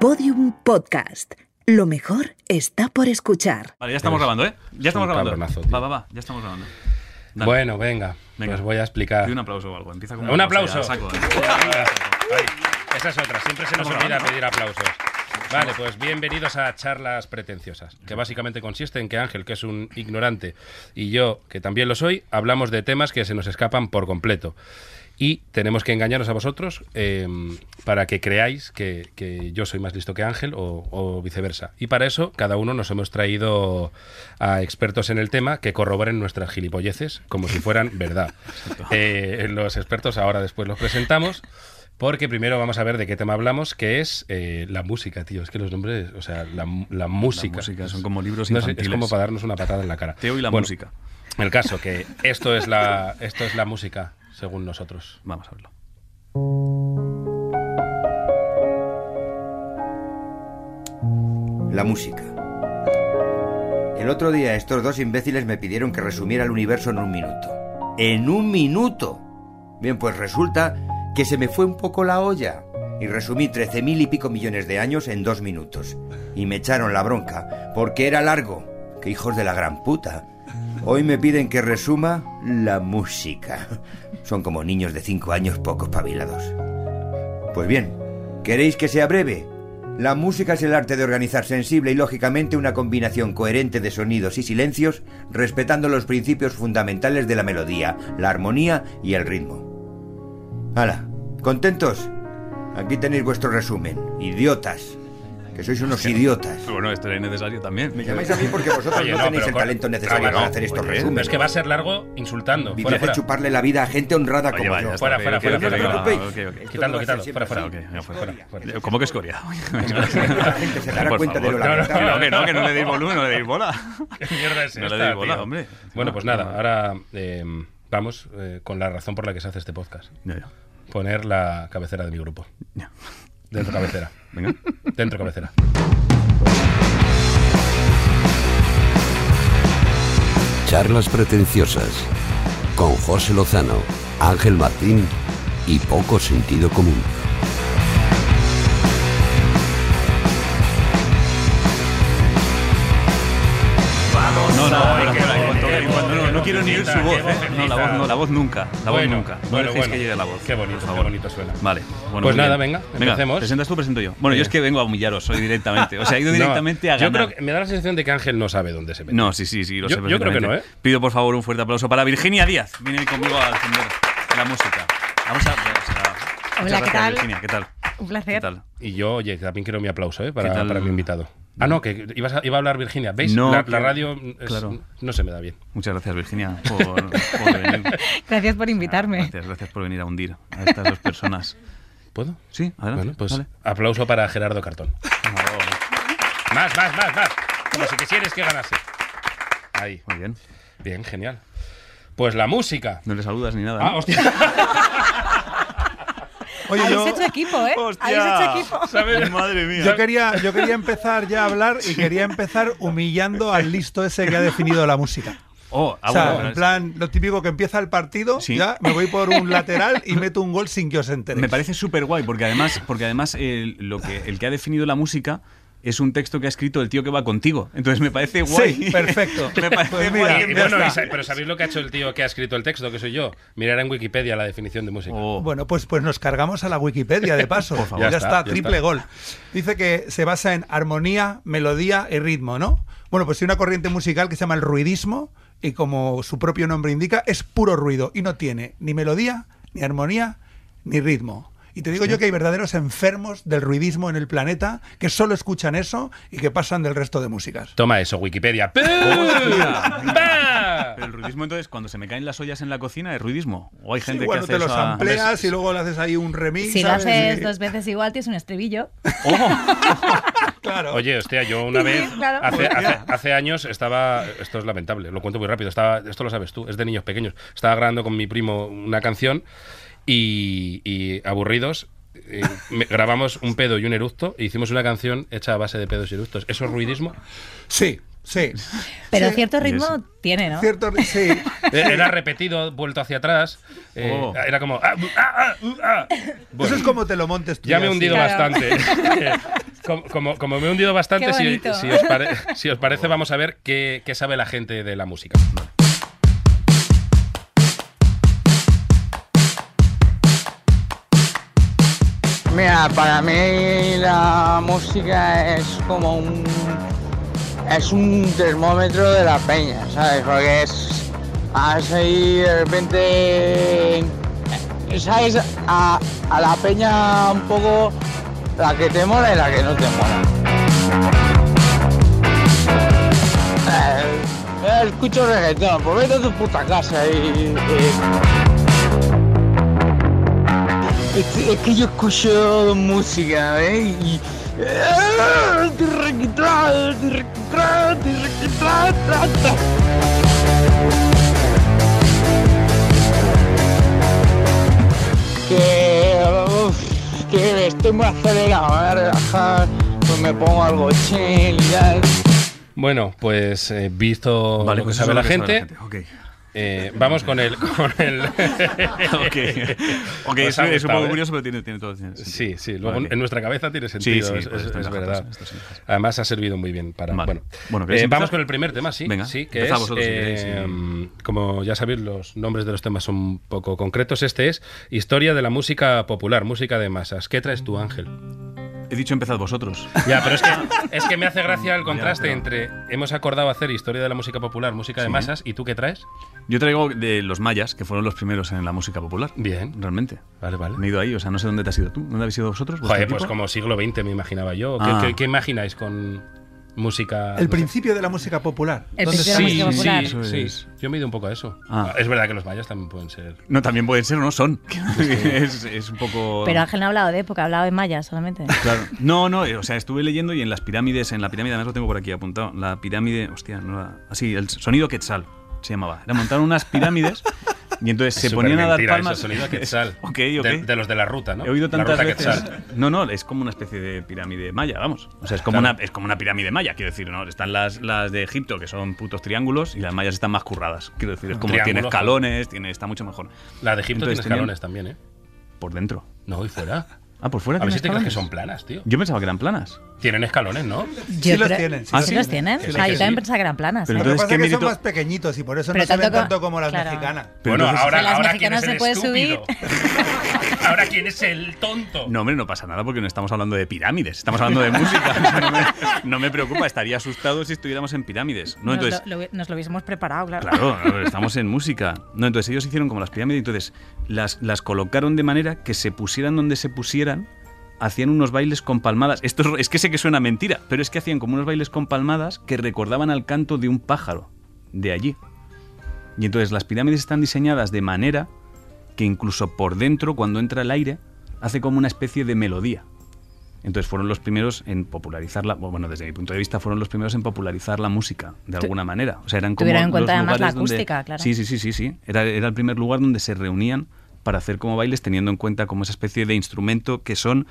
Podium Podcast. Lo mejor está por escuchar. Vale, ya estamos grabando, ¿eh? Ya estamos un grabando. cabronazo, tío. va, va, va, ya estamos grabando. Dale. Bueno, venga, Venga. Pues voy a explicar. Di un aplauso o algo. Empieza con Un aplauso. ya, saco, ¿eh? Venga. Ay, esa es otra. Siempre se nos Estamos olvida grabando, pedir aplausos. Vale, pues bienvenidos a Charlas Pretenciosas, que básicamente consiste en que Ángel, que es un ignorante, y yo, que también lo soy, hablamos de temas que se nos escapan por completo. Y tenemos que engañaros a vosotros eh, para que creáis que, que yo soy más listo que Ángel o, o viceversa. Y para eso, cada uno nos hemos traído a expertos en el tema que corroboren nuestras gilipolleces como si fueran verdad. Eh, los expertos ahora después los presentamos. Porque primero vamos a ver de qué tema hablamos, que es eh, la música, tío. Es que los nombres, o sea, la, mu- la música. música, son como libros No sé, es infantiles. como para darnos una patada en la cara. Teo y la Bueno, música. El caso, que esto es la, esto es la música, según nosotros. Vamos a verlo. La música. El otro día estos dos imbéciles me pidieron que resumiera el universo en un minuto. ¡En un minuto! Bien, pues resulta que se me fue un poco la olla y resumí 13 mil y pico millones de años en dos minutos. Y me echaron la bronca, porque era largo. ¡Qué hijos de la gran puta! Hoy me piden que resuma la música. Son como niños de 5 años poco espabilados. Pues bien, ¿queréis que sea breve? La música es el arte de organizar sensible y lógicamente una combinación coherente de sonidos y silencios, respetando los principios fundamentales de la melodía, la armonía y el ritmo. ¡Hala! ¿Contentos? Aquí tenéis vuestro resumen. Idiotas. Que sois unos idiotas. Bueno, esto era innecesario también. Me llamáis a mí porque vosotros Oye, no, no, tenéis pero el con- talento necesario Oye, no, para hacer estos oye, resúmenes. pero Es que va a ser largo insultando. Vivís Fuera, de fuera. chuparle la vida a gente honrada Oye, como vaya, yo. ya está Fuera, bien, fuera, que no fuera, te fuera, preocupes. fuera. Esto no Quitadlo, va a quitadlo. ser Fuera, siempre fuera. así. Ah, Ok, ya fue, Escoria. fuera. Eh, ¿Cómo que escoria? La gente se dará Por cuenta de favor. lo No, no, lamentable. no, que no, que no le deis volumen, no le deis bola. ¿Qué mierda es No le esta, deis bola, tío? hombre. Bueno, pues nada, ahora eh, vamos eh, con la razón por la que se hace este podcast. Ya, ya. Poner la cabecera de mi grupo. Ya. Dentro cabecera. Venga. Dentro cabecera. Charlas pretenciosas con José Lozano, Ángel Martín y poco sentido común. No, no, ahora, ahora, en cuanto- en cuanto- no, no quiero ni oír su voz, ¿eh? No, la voz, no, la voz nunca. La voz Bueno, nunca. No bueno, dejéis que bueno. llegue la voz. Qué bonito, por qué favor. bonito suena. Vale. Bueno, Pues muy nada, bien. venga, empecemos. ¿Presentas tú o presento yo? Bueno, yo es que vengo a humillaros hoy directamente. O sea, he ido No, directamente a ganar. Yo creo que me da la sensación de que Ángel no sabe dónde se mete. No, sí, sí, sí, lo Yo- yo sé creo que no, perfectamente. ¿eh? Pido por favor un fuerte aplauso para Virginia Díaz. Viene conmigo a defender la música. Vamos a. vamos a- Hola, Muchas ¿qué gracias, tal? Virginia, ¿qué tal? Un placer. ¿Qué tal? Y yo, oye, también quiero mi aplauso, ¿eh? Para, ¿Qué tal? para mi invitado. Ah, no, que ibas a- iba a hablar Virginia. ¿Veis? No, la, la claro. radio es- Claro. no se me da bien. Muchas gracias, Virginia, por, por venir. Gracias por invitarme. Gracias, gracias por venir a hundir a estas dos personas. ¿Puedo? Sí, adelante. Bueno, pues Ah, vale. aplauso para Gerardo Cartón. Más, más, más, más. Como si quisieras que ganase. Ahí. Muy bien. Bien, genial. Pues la música. No le saludas ni nada. Ah, ¿no? hostia. Oye, Habéis yo, hecho equipo, ¿eh? ¡Hostia! Habéis hecho equipo. ¿Sabes? Madre mía. Ah, yo quería, yo quería empezar ya a hablar y quería empezar humillando al listo ese que ha definido la música. Oh, ah, o sea, bueno, bueno, en plan, lo típico que empieza el partido, Sí. ya me voy por un lateral y meto un gol sin que os enteréis. Me parece súper guay, porque además, porque además el, lo que, el que ha definido la música es un texto que ha escrito el tío que va contigo. Entonces me parece guay. Sí, perfecto. me parece Pues mira, guay. Y ya bueno, está. y sa- pero ¿sabéis lo que ha hecho el tío que ha escrito el texto, que soy yo? Mirar en Wikipedia la definición de música. Oh. Bueno, pues, pues nos cargamos a la Wikipedia de paso. Por favor. Ya, Ya está, está, ya triple está. gol. Dice que se basa en armonía, melodía y ritmo, ¿no? Bueno, pues hay una corriente musical que se llama el ruidismo y como su propio nombre indica, es puro ruido y no tiene ni melodía, ni armonía, ni ritmo. Y te digo yo que hay verdaderos enfermos del ruidismo en el planeta que solo escuchan eso y que pasan del resto de músicas. Toma eso, Wikipedia. ¡Pum! Oh, Pero el ruidismo entonces, cuando se me caen las ollas en la cocina, es ruidismo. O hay Sí, gente bueno, que hace te los eso a- amplias y luego le haces ahí un remix. Si lo ¿sabes? haces Y- dos veces igual, tienes un estribillo. Oh, Claro. Oye, hostia, yo una Sí, sí, vez, claro. hace, Hostia. hace- hace años estaba, esto es lamentable, lo cuento muy rápido, estaba, esto lo sabes tú, es de niños pequeños, estaba grabando con mi primo una canción y, y aburridos. eh, me- grabamos un pedo y un eructo e hicimos una canción hecha a base de pedos y eructos. ¿Eso es ruidismo? Sí, sí. Pero Sí. cierto ritmo Yes. tiene, ¿no? Cierto, sí. Eh, Era repetido, vuelto hacia atrás. eh, Oh. Era como. ah, ah, ah, ah. Bueno, Eso es como te lo montes tú. ya me he así. hundido Claro. bastante. Como, como- como me he hundido bastante, Qué si, bonito. si os pare- si os parece, vamos a ver qué, qué sabe la gente de la música. Mira, para mí la música es como un es un termómetro de la peña, ¿sabes? Porque es vas ahí de repente sabes a, a la peña un poco la que te mola y la que no te mola. Eh, eh, escucho reggaetón, pues vete a tu puta casa y- y es que, es que yo escucho música, ¿eh? Y... ¡Ah! Tirriquitrá, tirriquitrá, tirriquitrá, tra, tra. Que... uf, que estoy muy acelerado, me voy a relajar, pues me pongo algo chill y tal. Bueno, pues eh, visto lo que pues eso es sabe pues la que gente, Ok. eh, vamos con el... Con el Ok, Pues Ok, Os es, ha es un gustado, poco ¿eh? curioso, pero tiene, tiene todo el sentido. Sí, sí, luego Vale. en nuestra cabeza tiene sentido, sí, es, pues, es- esto es es verdad. mejor, esto es mejor. Además ha servido muy bien para... Vale. Bueno, Bueno, ¿queréis eh, vamos empezar? con el primer tema, sí, Venga, sí que es... empezad vosotros si queréis, sí. em, Como ya sabéis, los nombres de los temas son un poco concretos. Este es Historia de la Música Popular, Música de Masas. ¿Qué traes tú, Ángel? He dicho empezad vosotros. Ya, pero es que, es que me hace gracia el contraste pero- entre hemos acordado hacer historia de la música popular, música de Sí. masas, y tú qué traes. Yo traigo de los mayas, que fueron los primeros en la música popular. Bien. Realmente. Vale, vale. Me he ido ahí, o sea, no sé dónde te has ido tú. ¿Dónde habéis ido vosotros? vuestro Joder, pues equipo? como siglo XX me imaginaba yo. ¿Qué, Ah. qué- qué imagináis con música? El no sé? principio de la música popular. El ¿Dónde principio de la está? Sí, música popular. sí, Eso sí. es. Yo me he ido un poco a eso. Ah. Es verdad que los mayas también pueden ser. No, también pueden ser o no son. es, es un poco. Pero Ángel no ha hablado de época, ha hablado de Maya solamente. Claro. No, no, eh, o sea, estuve leyendo y en las pirámides, en la pirámide, además lo tengo por aquí apuntado, la pirámide, hostia, no era- así, el sonido Quetzal se llamaba. Era montar unas pirámides y entonces se Súper ponían a dar mentira palmas. Eso, sonido quetzal. ok, ok. De, de los de la ruta, ¿no? He oído La tantas ruta veces. quetzal. No, no, es como una especie de pirámide maya, vamos. O sea, es como, Claro. una, es como una pirámide maya, quiero decir, ¿no? Están las, las de Egipto, que son putos triángulos, y las mayas están más curradas. Quiero decir, es como tiene Triángulos. escalones, tiene, está mucho mejor. La de Egipto Entonces tiene tenían- escalones también, ¿eh? Por dentro. No, y fuera. Ah, por fuera A ver tiene si te crees que escalones. son planas, tío. Yo pensaba que eran planas. Tienen escalones, ¿no? Sí los tienen, sí, ¿Sí, sí. los tienen? Sí, sí, ah, sí. yo también pensaba que eran planas. Pero Lo ¿eh? que Entonces, pasa ¿qué es que son mérito? más pequeñitos y por eso Pero no se ven tanto co- tanto como las claro. mexicanas. Pero bueno, entonces- ahora, Las ahora quién mexicanas es se el puede estúpido. ahora quién es el tonto. No, hombre, no pasa nada porque no estamos hablando de pirámides, estamos hablando de música. O sea, no, me, no me preocupa, estaría asustado si estuviéramos en pirámides. Nos No, lo- entonces, lo, hubi- nos lo hubiésemos preparado, claro. claro, no, estamos en música. No, entonces ellos hicieron como las pirámides, entonces las, las colocaron de manera que se pusieran donde se pusieran, hacían unos bailes con palmadas. Esto es, es que sé que suena mentira, pero es que hacían como unos bailes con palmadas que recordaban al canto de un pájaro de allí. Y entonces las pirámides están diseñadas de manera que incluso por dentro, cuando entra el aire, hace como una especie de melodía. Entonces fueron los primeros en popularizarla, bueno, desde mi punto de vista fueron los primeros en popularizar la música, de alguna manera. O sea, eran como tuvieron en cuenta los además la lugares donde- acústica, claro. Sí, sí, sí, sí, sí. Era, era el primer lugar donde se reunían para hacer como bailes, teniendo en cuenta como esa especie de instrumento que son,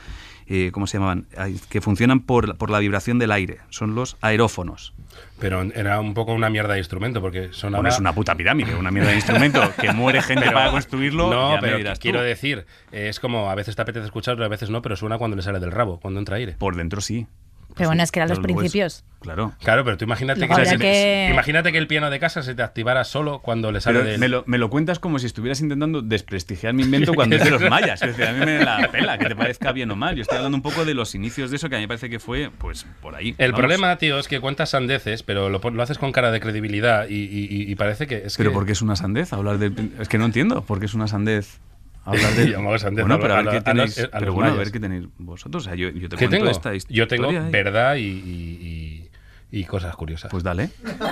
eh, ¿cómo se llamaban? Ay, Que funcionan por, por la vibración del aire. Son los aerófonos. Pero era un poco una mierda de instrumento porque sonaba. Bueno, es una puta pirámide, una mierda de instrumento que muere gente para construirlo. No, ya me pero dirás tú. quiero decir, eh, es como a veces te apetece escucharlo, a veces no, pero suena cuando le sale del rabo, cuando entra aire. Por dentro sí. Pero bueno, es que eran los Pero luego es- principios. Claro. Claro, pero tú imagínate Luego que, habría se- Eh, que- imagínate que el piano de casa se te activara solo cuando le sale Pero del me lo, me lo cuentas como si estuvieras intentando desprestigiar mi invento cuando es de los mayas. Es decir, a mí me la pela, que te parezca bien o mal. Yo estoy hablando un poco de los inicios de eso, que a mí me parece que fue, pues, por ahí. El Vamos. problema, tío, es que cuentas sandeces, pero lo, pon- lo haces con cara de credibilidad y, y- y- y parece que es Pero que- ¿por qué es una sandez hablar del... Es que no entiendo por qué es una sandez hablar del... Llamaba sandez bueno, a lo- pero a ver a qué lo- a los- tenéis... a pero los bueno, a mayas. ver qué tenéis vosotros. O sea, yo, yo te ¿Qué cuento tengo? esta historia. Yo tengo y- verdad y, y- y- y cosas curiosas. Pues dale.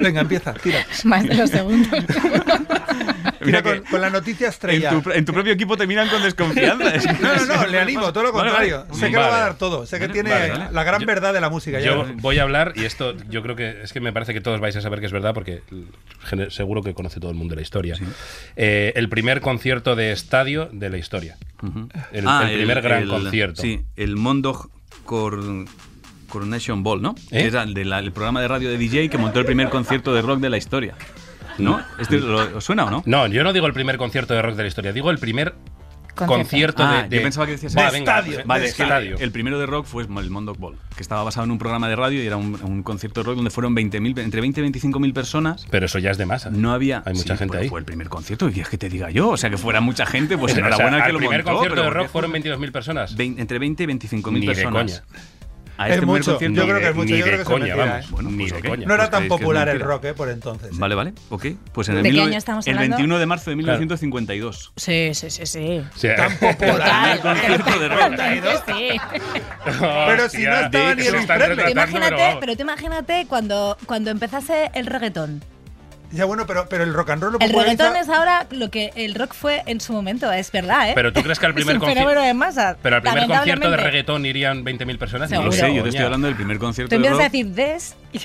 Venga, empieza, tira. Más de los segundos. Tira Mira con, que con la noticia en, estrella. tu, en tu propio equipo te miran con desconfianza. Es que- No, no, no, le animo, todo lo Vale, contrario. vale. Sé que lo va a Vale. dar todo, sé que tiene vale, vale. la gran Yo- verdad de la música. ya Yo verás. voy a hablar, y esto yo creo que es que me parece que todos vais a saber que es verdad, porque gener- seguro que conoce todo el mundo la historia. Eh, el primer concierto de estadio de la historia. el, Ah, el primer gran el- concierto. Sí, el Mondo Cor- Coronation Ball, ¿no? ¿Eh? Que era el, de la- el programa de radio de DJ que montó el primer concierto de rock de la historia. ¿No? ¿Este lo- os suena o no? No, yo no digo el primer concierto de rock de la historia, digo el primer concierto de, Ah, yo de- pensaba que decías Va, eso. venga, estadio, pues, Vale, de es que estadio. el primero de rock fue el Mondoc Ball, que estaba basado en un programa de radio y era un, un concierto de rock donde fueron 20.000, entre 20 y 25.000 personas. Pero eso ya es de masa. No había. Hay mucha Sí, gente pero ahí. Fue el primer concierto, y es que te diga yo. O sea, que fuera mucha gente, pues Pero, o sea, enhorabuena que al lo primer montó, concierto pero de ¿por qué rock fue? fueron 22.000 personas. Vein- entre 20 y 25.000 Ni de personas. coña. A este Es mucho, concierto- yo creo que es mucho, Ni yo de creo que se coña, mentira, vamos. ¿eh? Bueno, Ni pues de ok. coña. No era Pues tan creéis que es popular el mentira. rock, ¿eh? Por entonces. ¿eh? Vale, vale, ok. Pues en el, ¿De qué 19 año estamos el hablando? 21 de marzo de Claro. 1952. Sí, sí, sí, sí. O sea, Tan Ah, popular. El concierto de rock. Sí. Pero si no estaba hostia, ni se Elvis están Presley. Te retratando, imagínate, vamos. pero te imagínate cuando, cuando empezase el reggaetón. Ya bueno, pero, pero el rock and roll lo El populariza- reggaetón es ahora lo que el rock fue en su momento, es verdad, ¿eh? Pero tú crees que al primer es un fenómeno concierto. de masa. Pero al primer concierto de lamentablemente. reggaetón irían 20.000 personas. No Seguro. lo sé, yo te Coña. estoy hablando del primer concierto Tú de empiezas a rock. decir des y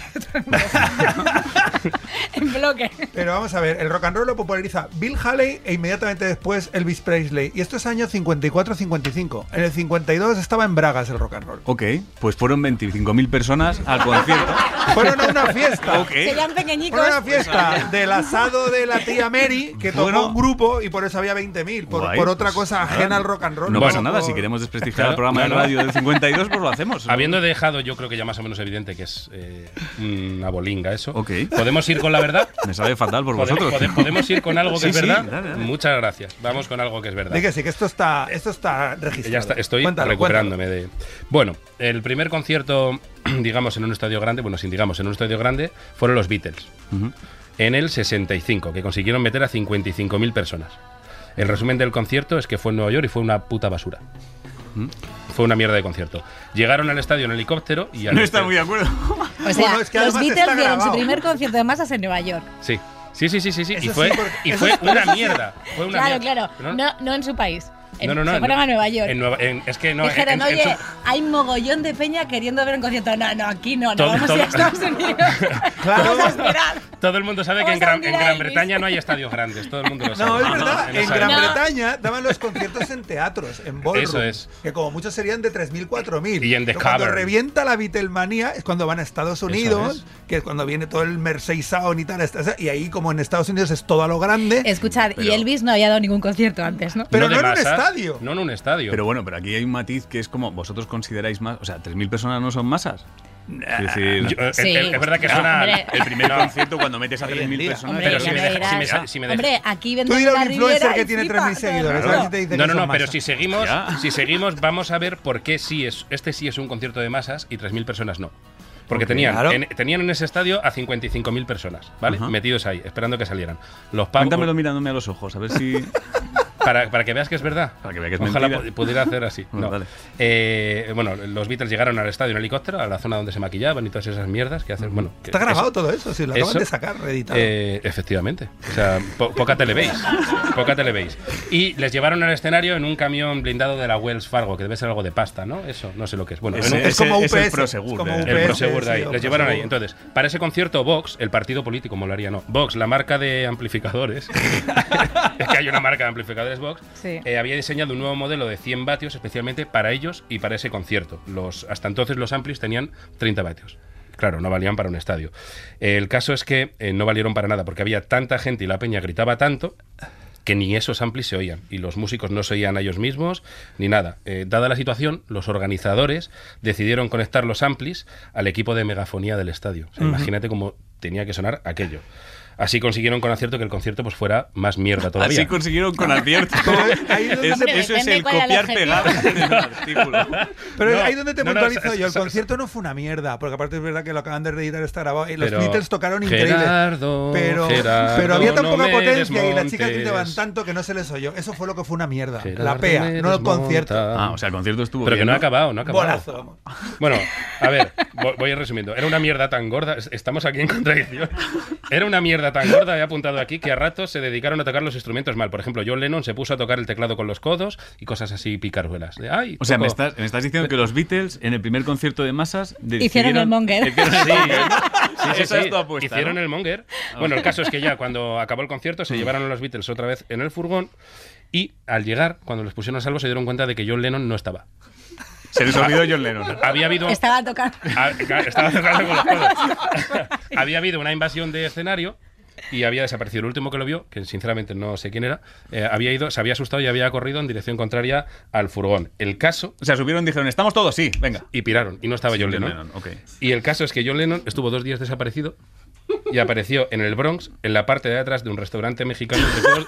en bloque. Pero vamos a ver, el rock and roll lo populariza Bill Haley e inmediatamente después Elvis Presley. Y esto es año 54-55. En el 52 estaba en Bragas el rock and roll. Ok, pues fueron 25.000 personas al concierto. Fueron a una fiesta. ok. Serían pequeñicos. Fueron a una fiesta del asado de la tía Mary que tomó Bueno. un grupo y por eso había 20.000. Por, Guay, por otra pues cosa nada. ajena al rock and roll. No pasa nada, por- si queremos desprestigiar Claro, el programa no, de no. radio del 52, pues lo hacemos. Habiendo dejado, yo creo que ya más o menos evidente que es eh, una bolinga eso. Ok. ¿Podemos ir con la verdad? Me sabe fatal por ¿Podemos, vosotros. pode- podemos ir con algo que Sí, es sí, verdad? dale, dale. Muchas gracias. Vamos con algo que es verdad. Di que sí, que esto está, esto está registrado. Ya está, estoy Cuéntalo, recuperándome de. Bueno, el primer concierto, digamos, en un estadio grande, bueno, sin digamos, en un estadio grande, fueron los Beatles. Ujú. En el 65, que consiguieron meter a 55.000 personas. El resumen del concierto es que fue en Nueva York y fue una puta basura. Fue una mierda de concierto. Llegaron al estadio en helicóptero y al No está muy de acuerdo. O sea, Bueno, es que los además está Beatles dieron su grabado. primer concierto de masas en Nueva York. Sí. Sí, sí, sí, sí, sí. Y Eso fue, sí, porque- y eso fue sí, una eso sí. mierda. Fue una claro, mierda. claro. No, no en su país. En- No, no, no. se en- fueron a Nueva York. en Nueva- en- es que no. en- Dijeron, en- en oye, su- hay mogollón de peña queriendo ver un concierto. No, no, aquí no, no Todo- vamos a ir a todo- Estados Unidos. Claro. Vamos a esperar. Todo el mundo sabe que en Vamos a Gran, hundir en a Gran Elvis. Bretaña no hay estadios grandes. Todo el mundo lo sabe. No, es verdad. No En sabe. Gran No. Bretaña daban los conciertos en teatros, en ballroom. Eso es. Que como muchos serían de 3.000, 4.000. Y en The Pero Cuando Cavern. revienta la Beatlemanía es cuando van a Estados Unidos, es. que es cuando viene todo el Mersey Sound y tal. esta- esta- Y ahí, como en Estados Unidos es todo a lo grande. Escuchad, y Elvis no había dado ningún concierto antes, ¿no? Pero de no en un masas, estadio. No en un estadio. Pero bueno, pero aquí hay un matiz que es como vosotros consideráis más. O sea, 3.000 personas no son masas. Es decir, Yo- eh, Sí. eh, es verdad que suena. Hombre. el primer concierto cuando metes a Hoy en 3.000 día. personas. Hombre, Pero ya si me, me dejas- si me- dirás. si me dejas- Hombre, aquí Tú vendrán dirás a la un influencer Riviera que y tiene flipas, ¿eh? 3.000 seguidores. todo el a ver si mundo. te No, dice que no, son no, pero masas. si seguimos, Ya. si seguimos, vamos a ver por qué sí es, este sí es un concierto de masas y 3.000 personas no. Porque tenían, claro. en, tenían en ese estadio a 55.000 personas, ¿vale? Ajá. Metidos ahí, esperando que salieran. Los pavos, Cuéntamelo mirándome a los ojos, a ver si. para, para que veas que es verdad. Para que veas que es Ojalá mentira. pu- pudiera hacer así. Bueno, No. vale. Eh, bueno, los Beatles llegaron al estadio en helicóptero, a la zona donde se maquillaban y todas esas mierdas que hacen. Bueno, que- Está grabado eso- todo eso, si lo acaban eso- de sacar, reeditado. eh, efectivamente. O sea, po- poca televeis. Poca televeis. Y les llevaron al escenario en un camión blindado de la Wells Fargo, que debe ser algo de pasta, ¿no? Eso, no sé lo que es. Bueno, en un- Ese- como es el UPS, Prosegur, es como eh. UPS, el Prosegur de ahí. sí, o les llevaron ahí. Prosegur. Entonces, para ese concierto, Vox, el partido político, molaría, no. Vox, la marca de amplificadores. es que hay una marca de amplificadores Vox. Sí. eh, había diseñado un nuevo modelo de 100 vatios especialmente para ellos y para ese concierto. Los, hasta entonces los amplis tenían 30 vatios. Claro, no valían para un estadio. El caso es que eh, no valieron para nada porque había tanta gente y la peña gritaba tanto que ni esos amplis se oían y los músicos no se oían a ellos mismos ni nada. Eh, dada la situación, los organizadores decidieron conectar los amplis al equipo de megafonía del estadio. O sea, Imagínate cómo tenía que sonar aquello. Así consiguieron con acierto que el concierto pues fuera más mierda todavía. Así consiguieron con acierto. Pero ahí es donde Es- me eso es depende el cuál era el copiar objetivo. pegar del artículo. Pero No, ahí donde te no, no, puntualizo o sea, yo, el so- so- concierto no fue una mierda, porque aparte es verdad que lo acaban de reeditar, está grabado, y los Pero- Beatles tocaron increíble. Gerardo, pero, Gerardo, pero había tan no poca me potencia y las chicas desmontes. gritaban tanto que no se les oyó. Eso fue lo que fue una mierda. Gerardo la PEA, me no el desmonta. concierto. Ah, o sea, el concierto estuvo. Pero que bien, no ha acabado, no ha acabado. Bolazo, vamos. Bueno, a ver, vo- voy a ir resumiendo. Era una mierda tan gorda, es- estamos aquí en contradicción. Era una mierda tan gorda, he apuntado aquí, que a ratos se dedicaron a tocar los instrumentos mal. Por ejemplo, John Lennon se puso a tocar el teclado con los codos y cosas así picaruelas. De, Ay, O sea, toco- me estás, me estás diciendo que los Beatles en el primer concierto de masas de- Hicieron el monger. hicieron el Sí. ¿eh? monger. Sí, sí, Esa sí. es tu apuesta. Hicieron ¿no? Ah. el monger. Bueno, el caso es que ya cuando acabó el concierto se llevaron a los Beatles otra vez en el furgón y al llegar, cuando los pusieron a salvo, se dieron cuenta de que John Lennon no estaba. Se les Ah. olvidó John Lennon. Había habido Estaba tocando. Ah, claro, estaba tocando con los codos. Había habido una invasión de escenario y había desaparecido. El último que lo vio, que sinceramente no sé quién era, eh, había ido, se había asustado y había corrido en dirección contraria al furgón. El caso O sea, subieron y dijeron, estamos todos, sí, venga. y piraron. Y no estaba John Sí, Lennon. ok. Y el caso es que John Lennon estuvo dos días desaparecido y apareció en el Bronx, en la parte de atrás de un restaurante mexicano entre cubos,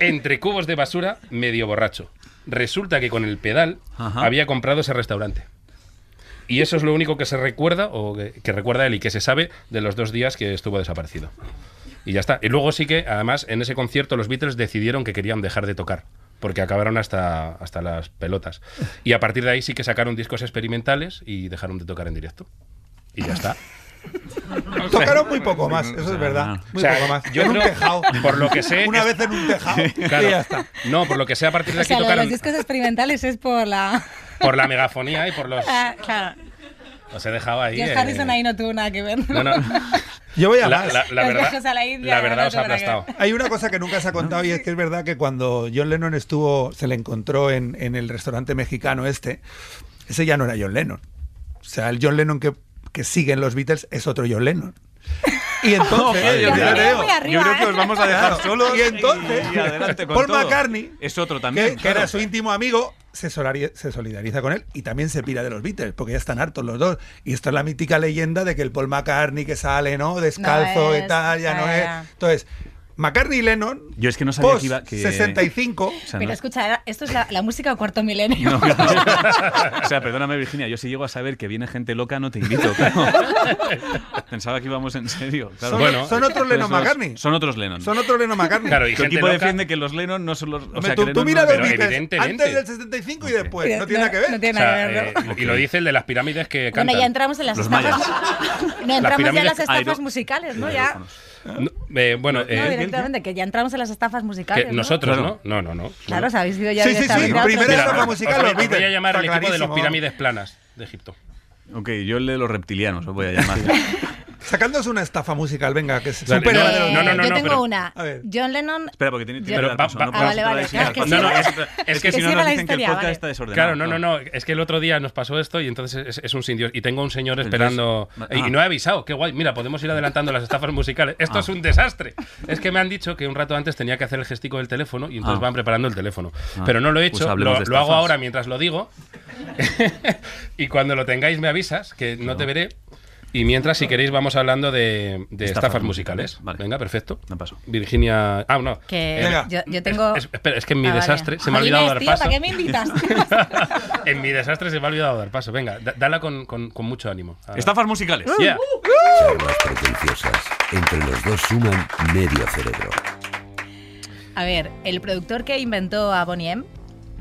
entre cubos de basura, medio borracho. Resulta que con el pedal Ajá. había comprado ese restaurante. Y eso es lo único que se recuerda, o que, que recuerda él y que se sabe de los dos días que estuvo desaparecido. Y ya está. Y luego sí que, además, en ese concierto los Beatles decidieron que querían dejar de tocar. Porque acabaron hasta, hasta las pelotas. Y a partir de ahí sí que sacaron discos experimentales y dejaron de tocar en directo. Y ya está. Tocaron muy poco más, eso es verdad. O Muy sea, poco más. yo en un creo- tejado. por lo que sé, Una es- vez en un tejado. Claro. Y ya está. No, por lo que sea, a partir de O aquí sea, lo de los tocaron discos experimentales es por la... por la megafonía y por los. Ah, claro. Os he dejado ahí. Y eh. Harrison ahí no tuvo nada que ver. No, no. Yo voy a La, la- más. la Los verdad, viajes a la India, la verdad no os te ha van a aplastado. Hay una cosa que nunca se ha contado y es que es verdad que cuando John Lennon estuvo, se le encontró en, en el restaurante mexicano este, ese ya no era John Lennon. O sea, el John Lennon que, que sigue en los Beatles es otro John Lennon. Y entonces, Ojo, Yo yo, creo que creo, voy arriba, yo creo que ¿eh? os vamos a dejar Claro. solos. Y entonces, y adelante con Paul todo. McCartney, es otro que, también. que claro. era su íntimo amigo, se, solari- se solidariza con él y también se pira de los Beatles, porque ya están hartos los dos. Y esta es la mítica leyenda de que el Paul McCartney que sale, ¿no? Descalzo es, y tal, ya ya, no ya, es. ya. Entonces, McCartney y Lennon, Yo es que no sabía post que iba- que- 65, O sea, Pero no- escucha, era- esto es la, la música o cuarto milenio. no, claro. o sea, perdóname, Virginia, yo si llego a saber que viene gente loca, no te invito. claro. Pensaba que íbamos en serio. claro. Son- Bueno, son otros Lennon Entonces, McCartney. Son otros Lennon. son otro Lennon McCartney. Claro, y tu gente equipo loca- defiende que los Lennon no son los. O Hombre, sea, tú, que Lennon tú mira no- los pero Beatles evidentemente. antes del 65 y después. No tiene nada que ver. No O tiene sea, nada que ver. eh, ¿no? Y lo dice el de las pirámides que Bueno, cantan. ya entramos en las Los estafas. No, entramos ya en pirámides las estafas aero- musicales, ¿no? Los Ya. teléfonos. No, eh, bueno, eh, No, directamente, que ya entramos en las estafas que musicales. ¿no? nosotros, Claro. ¿no? No, no, no. Claro, os habéis ido ya Sí, sí, sí, directamente a otro primera tema. estafa os musical, voy- los os voy Beatles. a llamar al Está equipo de los clarísimo. pirámides planas de Egipto. Ok, yo el de los reptilianos, os voy a llamar. Sacándose una una estafa musical, venga, que se Dale, supera la de los Eh, No, no, no, yo no, tengo pero- una. A ver. John Lennon. Espera, porque tiene, tiene Pero que dar va- paso, va- no ah, podemos vale, vale, decir al claro, que paso. sí, No, no, vale. es, es que Que si no sirva nos la dicen que el historia, podcast vale. está desordenado. Claro, no, no, no. Es que el otro día nos pasó esto y entonces es, es un sin Dios. Y tengo un señor Entonces, esperando. ma- Y ah. y no he avisado, qué guay. Mira, podemos ir adelantando las estafas musicales. Esto Ah. es un desastre. Es que me han dicho que un rato antes tenía que hacer el gestico del teléfono y entonces Ah. van preparando el teléfono. Ah. Pero no lo he Pues hecho. hablemos lo, de lo hago estafas. ahora mientras lo digo. y cuando lo tengáis me avisas, que no te veré. Y mientras, si queréis, vamos hablando de, de Estafas estafas, musicales. musicales. Vale. Venga, perfecto. No paso. Virginia. Ah, no. Que Venga. yo, yo tengo. Es- espera, es que en mi Ah, vale. desastre se me ha Jolines, olvidado dar tío, paso. ¿Para qué me invitas? En mi desastre se me ha olvidado dar paso. Venga, da- dala con, con- con mucho ánimo. Ah. Estafas musicales. Yeah. Charlas pretenciosas. Entre los dos suman medio cerebro. A ver, El productor que inventó a Bonnie M,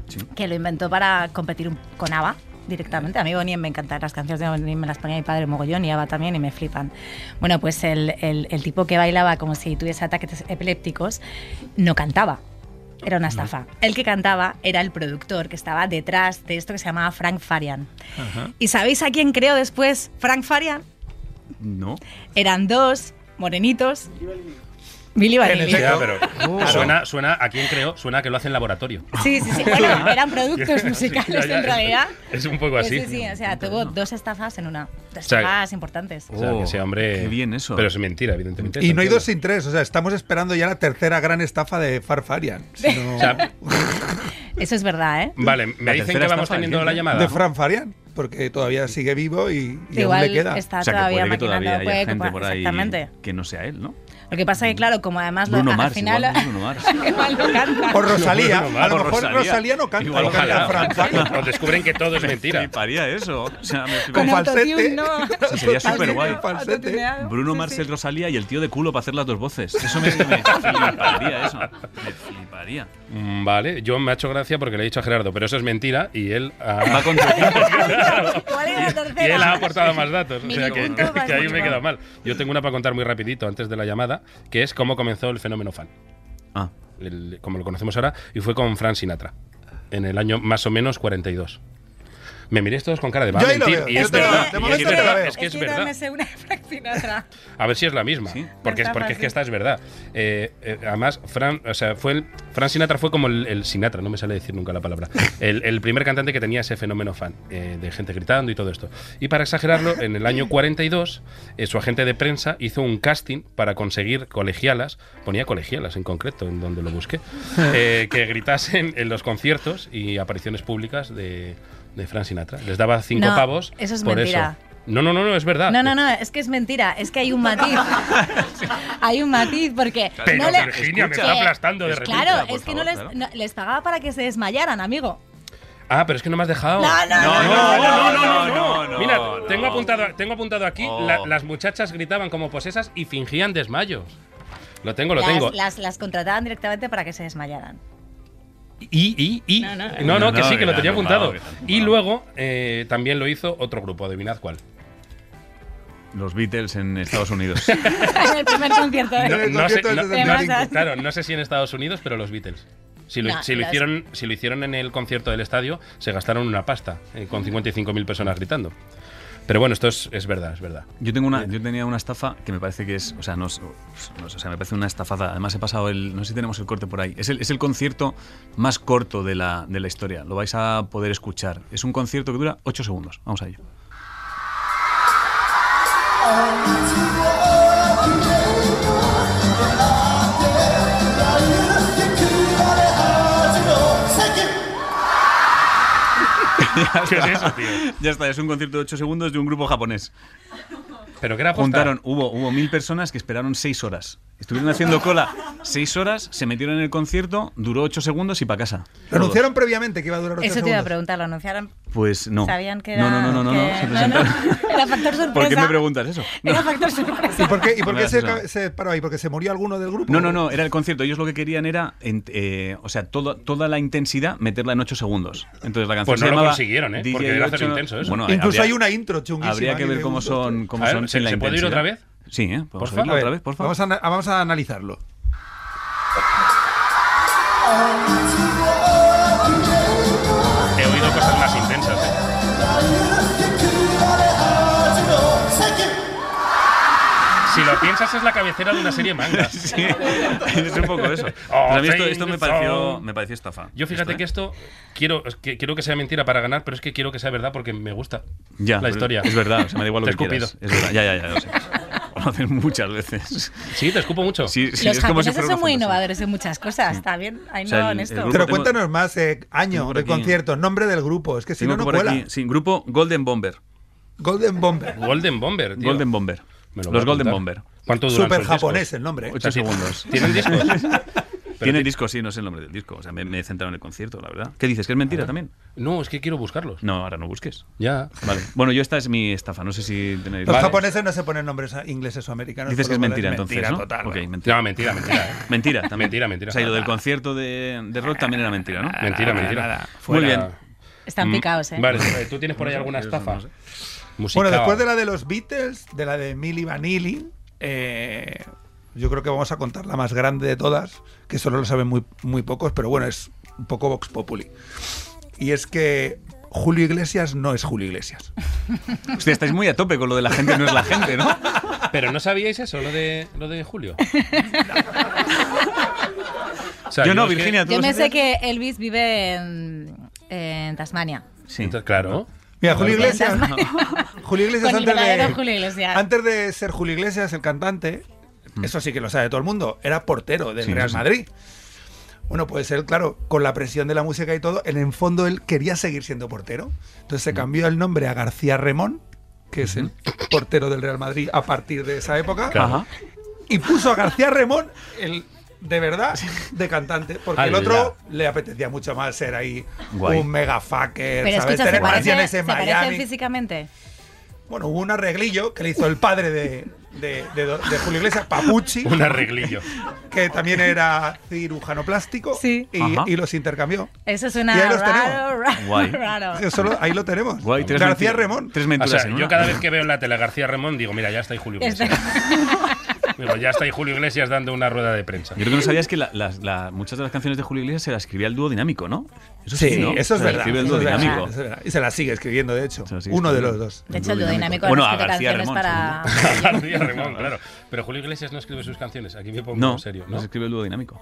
Sí. que lo inventó para competir un- con ABBA directamente. A mí Bonnie M me encantan las canciones de Bonnie M, me las ponía mi padre mogollón y ABBA también y me flipan. Bueno, pues el, el- el tipo que bailaba como si tuviese ataques epilépticos no cantaba. Era una estafa. El que cantaba era el productor que estaba detrás de esto que se llamaba Frank Farian. ¿Y sabéis a quién creó después Frank Farian? No. Eran dos morenitos. Billy Vanilli. efecto. Ya, pero Uh. suena, suena a quien creo, suena a que lo hace en laboratorio. Sí, sí, sí. Bueno, eran productos Sí, musicales ya, ya, en realidad. Es, es un poco Sí, así. sí, sí, o sea, tuvo dos estafas en una. Dos sea, estafas importantes. O sea, que Oh, ese hombre. qué bien eso. Pero es mentira, evidentemente. Y no hay entiendo. dos sin tres, o sea, estamos esperando ya la tercera gran estafa de Farfarian. sino- O sea, Eso es verdad, ¿eh? vale, me La dicen tercera que vamos estafa, teniendo ¿quién? la llamada. de Fran Farian, porque todavía sigue vivo y, y aún le Igual queda. está O sea, que todavía puede que maquinando. todavía haya puede que gente pueda- por ahí Exactamente. que no sea él, ¿no? Lo que pasa es que, claro, como además lo, Bruno al Mars, final. igual, Bruno Mars. igual no canta. Por Rosalía, Bruno a Mars, lo por mejor Rosalía, Rosalía. no canta, Igual lo canta ojalá. Fran Farian. Nos descubren que todo es mentira. Fliparía eso. O sea, me Con Con fliparía. falsete. autotune, no. Sí, sería superguay. Con falsete. Bruno Sí, Marcel sí. Rosalía y el tío de culo para hacer las dos voces. Eso me, es que me fliparía, eso. Me fliparía. Mm, Vale, yo me ha hecho gracia porque le he dicho a Gerardo, pero eso es mentira y él ha, Va con tu equipo. ¿Cuál es la y él ha tercera? aportado más datos. O sea que, Minipunto para que ahí me he Spotify. quedado mal. Yo tengo una para contar muy rapidito antes de la llamada, que es cómo comenzó el fenómeno fan. Ah, el- como lo conocemos ahora, y fue con Frank Sinatra, en el año más o menos 42. Me miréis todos con cara de va Yo a ahí lo mentir. veo, Y yo es te lo veo, verdad. de y momento es yo te lo verdad, veo. es que es que yo verdad. me sé una fracción atrás. A ver si es la misma. Porque, es, Está porque es que fácil. esta es verdad. Eh, eh, además, Fran, o sea, fue el- Fran Sinatra fue como el, el Sinatra, no me sale decir nunca la palabra. El, el primer cantante que tenía ese fenómeno fan, eh, de gente gritando y todo esto. Y para exagerarlo, en el año 42, eh, su agente de prensa hizo un casting para conseguir colegialas, ponía colegialas en concreto, en donde lo busqué, eh, que gritasen en los conciertos y apariciones públicas de, de Fran Sinatra. Les daba cinco No, pavos eso es por mentira. eso. No, no, no, no, es verdad. No, no, no, es que es mentira, es que hay un matiz. hay un matiz porque Pero no le- Virginia me Escucha. está aplastando de repente. Claro, por es que no favor, les, claro. no- les pagaba para que se desmayaran, amigo. Ah, pero es que no me has dejado. No, no, No, no, no, no, no, no, Mira, no. tengo apuntado, tengo apuntado aquí. Oh. la- las muchachas gritaban como posesas y fingían desmayos. Lo tengo, lo las, tengo. Las, las contrataban directamente para que se desmayaran. Y, y, y. No, no, No, que no, sí, que que lo no, tenía no, apuntado. que no, que no. Y luego eh, también lo hizo otro grupo, adivinad cuál. Los Beatles en Estados Unidos. en el primer concierto. ¿eh? En sé, el concierto del 65. claro, no sé si en Estados Unidos, pero los Beatles. Si lo, No, si lo los- hicieron, si lo hicieron en el concierto del estadio, se gastaron una pasta eh, con 55.000 personas gritando. Pero bueno, esto es, es verdad, es verdad. Yo tengo una, yo tenía una estafa que me parece que es, o sea, no, es- no es- o sea, me parece una estafada. Además he pasado el, no sé si tenemos el corte por ahí. Es el, es el concierto más corto de la, de la historia. Lo vais a poder escuchar. Es un concierto que dura 8 segundos. Vamos a ello. ¿Qué es eso, tío? Ya está, es un concierto de 8 segundos de un grupo japonés. Pero que era aposta. Juntaron, hubo, hubo mil personas que esperaron seis horas. Estuvieron haciendo cola seis horas, se metieron en el concierto, duró ocho segundos y para casa. Lo anunciaron previamente que iba a durar 8 Eso te iba a segundos. preguntar, lo anunciaron. Pues no. Sabían que no, era. no, no, no, no, no, que- se presentaron. Era factor sorpresa. ¿Por qué me preguntas eso? No. Era factor sorpresa. ¿Y por qué, y por No qué me se, das eso. se paró ahí? ¿Porque se murió alguno del grupo? No, no, no, era el concierto. Ellos lo que querían era, en- eh, o sea, todo- toda la intensidad meterla en 8 segundos. Entonces la canción Pues no se lo llamaba consiguieron, ¿eh? DJ Porque era hacer 8. intenso eso. Bueno, Incluso eh, habría- hay una ¿eh? intro chunguísima. Habría que aquí ver de cómo un- son, cómo A ver, son ¿se- sin la se puede ir intensidad. otra vez? Sí, ¿eh? Podemos Porfa. oírlo A ver, otra vez, por favor. Vamos a, ana- vamos a analizarlo. He oído cosas más intensas. ¿eh? Si lo piensas, es la cabecera de una serie de mangas. Sí, es un poco eso. Oh, Pero a mí esto, esto me, things pareció, on. me pareció estafa. Yo fíjate Esto, que ¿eh? esto quiero es que, quiero que sea mentira para ganar, pero es que quiero que sea verdad porque me gusta Ya, la pero historia. Es verdad, o sea, me da igual lo Te que he escupido. quieras. Es verdad, ya, ya, ya, lo sé. Lo hacen muchas veces. Sí, te escupo mucho. Sí, sí, Los es como si japoneses fuera son una muy fantasía. innovadores en muchas cosas. Está bien, ahí O sea, no el- en el esto. grupo- Pero tengo- cuéntanos más, eh, año tengo por de aquí- conciertos, nombre del grupo. Es que si Tengo no, no que por cuela. aquí, sí, grupo Golden Bomber. Golden Bomber. Golden Bomber, tío. Golden Bomber. Me lo voy a Los Golden apuntar. Bomber. ¿Cuánto duran Super sus discos? japonés el nombre. ¿eh? Ocho O sea, ti- segundos. ¿Tienen discos? Tiene disco, sí, no sé el nombre del disco. O sea, me, me he centrado en el concierto, la verdad. ¿Qué dices? ¿Que es mentira también? No, es que quiero buscarlos. No, ahora no busques. Ya. Vale. Bueno, yo esta es mi estafa. No sé si tenéis. Los Vale. japoneses no se ponen nombres a- ingleses o americanos. Dices que es por lo cual mentira, entonces, mentira ¿no? total. Ok, mentira. No, mentira, mentira. ¿eh? Mentira, también. Mentira, mentira. O sea, y lo del concierto de, de rock también era mentira, ¿no? Mentira, mentira. Muy Fuera. bien. Mm. Están picados, ¿eh? Mm. Vale, eh, ¿tú tienes por ahí alguna Eso no estafa? sé. Musical. Bueno, después de la de los Beatles, de la de Milli Vanilli, eh, yo creo que vamos a contar la más grande de todas, que solo lo saben muy, muy pocos, pero bueno, es un poco Vox Populi. Y es que Julio Iglesias no es Julio Iglesias. Hostia, estáis muy a tope con lo de la gente no es la gente, ¿no? Pero no sabíais eso, lo de, lo de Julio. O sea, Yo no, es que- Virginia, tú Yo lo me sé sabías. que Elvis vive en, en Tasmania. Sí. Entonces, Claro. Mira, Julio Iglesias, Tasmania. Julio Iglesias Con el antes de, verdadero Julio Iglesias. antes de ser Julio Iglesias, el cantante, eso sí que lo sabe todo el mundo, era portero del Sí, Real sí, sí. Madrid. Bueno, pues él, claro, con la presión de la música y todo, en el fondo él quería seguir siendo portero. Entonces se cambió el nombre a García Remón, que es el portero del Real Madrid a partir de esa época, Ajá. y puso a García Remón, el de verdad, de cantante, porque el Ala. otro le apetecía mucho más ser ahí Ah, Guay. un mega fucker, Pero ¿sabes? escucha, Tener ¿se, parece, mansiones ¿se en parecen Miami. físicamente? Bueno, hubo un arreglillo que le hizo el padre de, de- de- de Julio Iglesias, Papucci, Un arreglillo. que también era cirujano plástico, Sí. Ajá. y, y los intercambió. Eso suena Y ahí los raro, Guay. raro, raro. Eso Solo, ahí lo tenemos. Guay, tres García menti- Remón. Tres O mentiras sea, en yo una. cada vez que veo en la tele a García Ramón digo, mira, ya está ahí Julio Este- Iglesias. Digo, ya está ahí Julio Iglesias dando una rueda de prensa. Yo creo que no sabías que la- las- la- muchas de las canciones de Julio Iglesias se las escribía el dúo dinámico, ¿no? Eso sí, Sí, ¿no? eso es Se las verdad. escribe el eso dúo es verdad, dinámico. eso es verdad. Y se la sigue escribiendo, de hecho. Se la sigue Uno de los escribiendo. dos. De hecho, el Dúo dúo Dinámico. dinámico Bueno, bueno, a García escrito canciones Ramón, para. García Ramón, claro. Pero Julio Iglesias no escribe sus canciones. Aquí me pongo No, en serio, no ¿no? se escribe el dúo dinámico.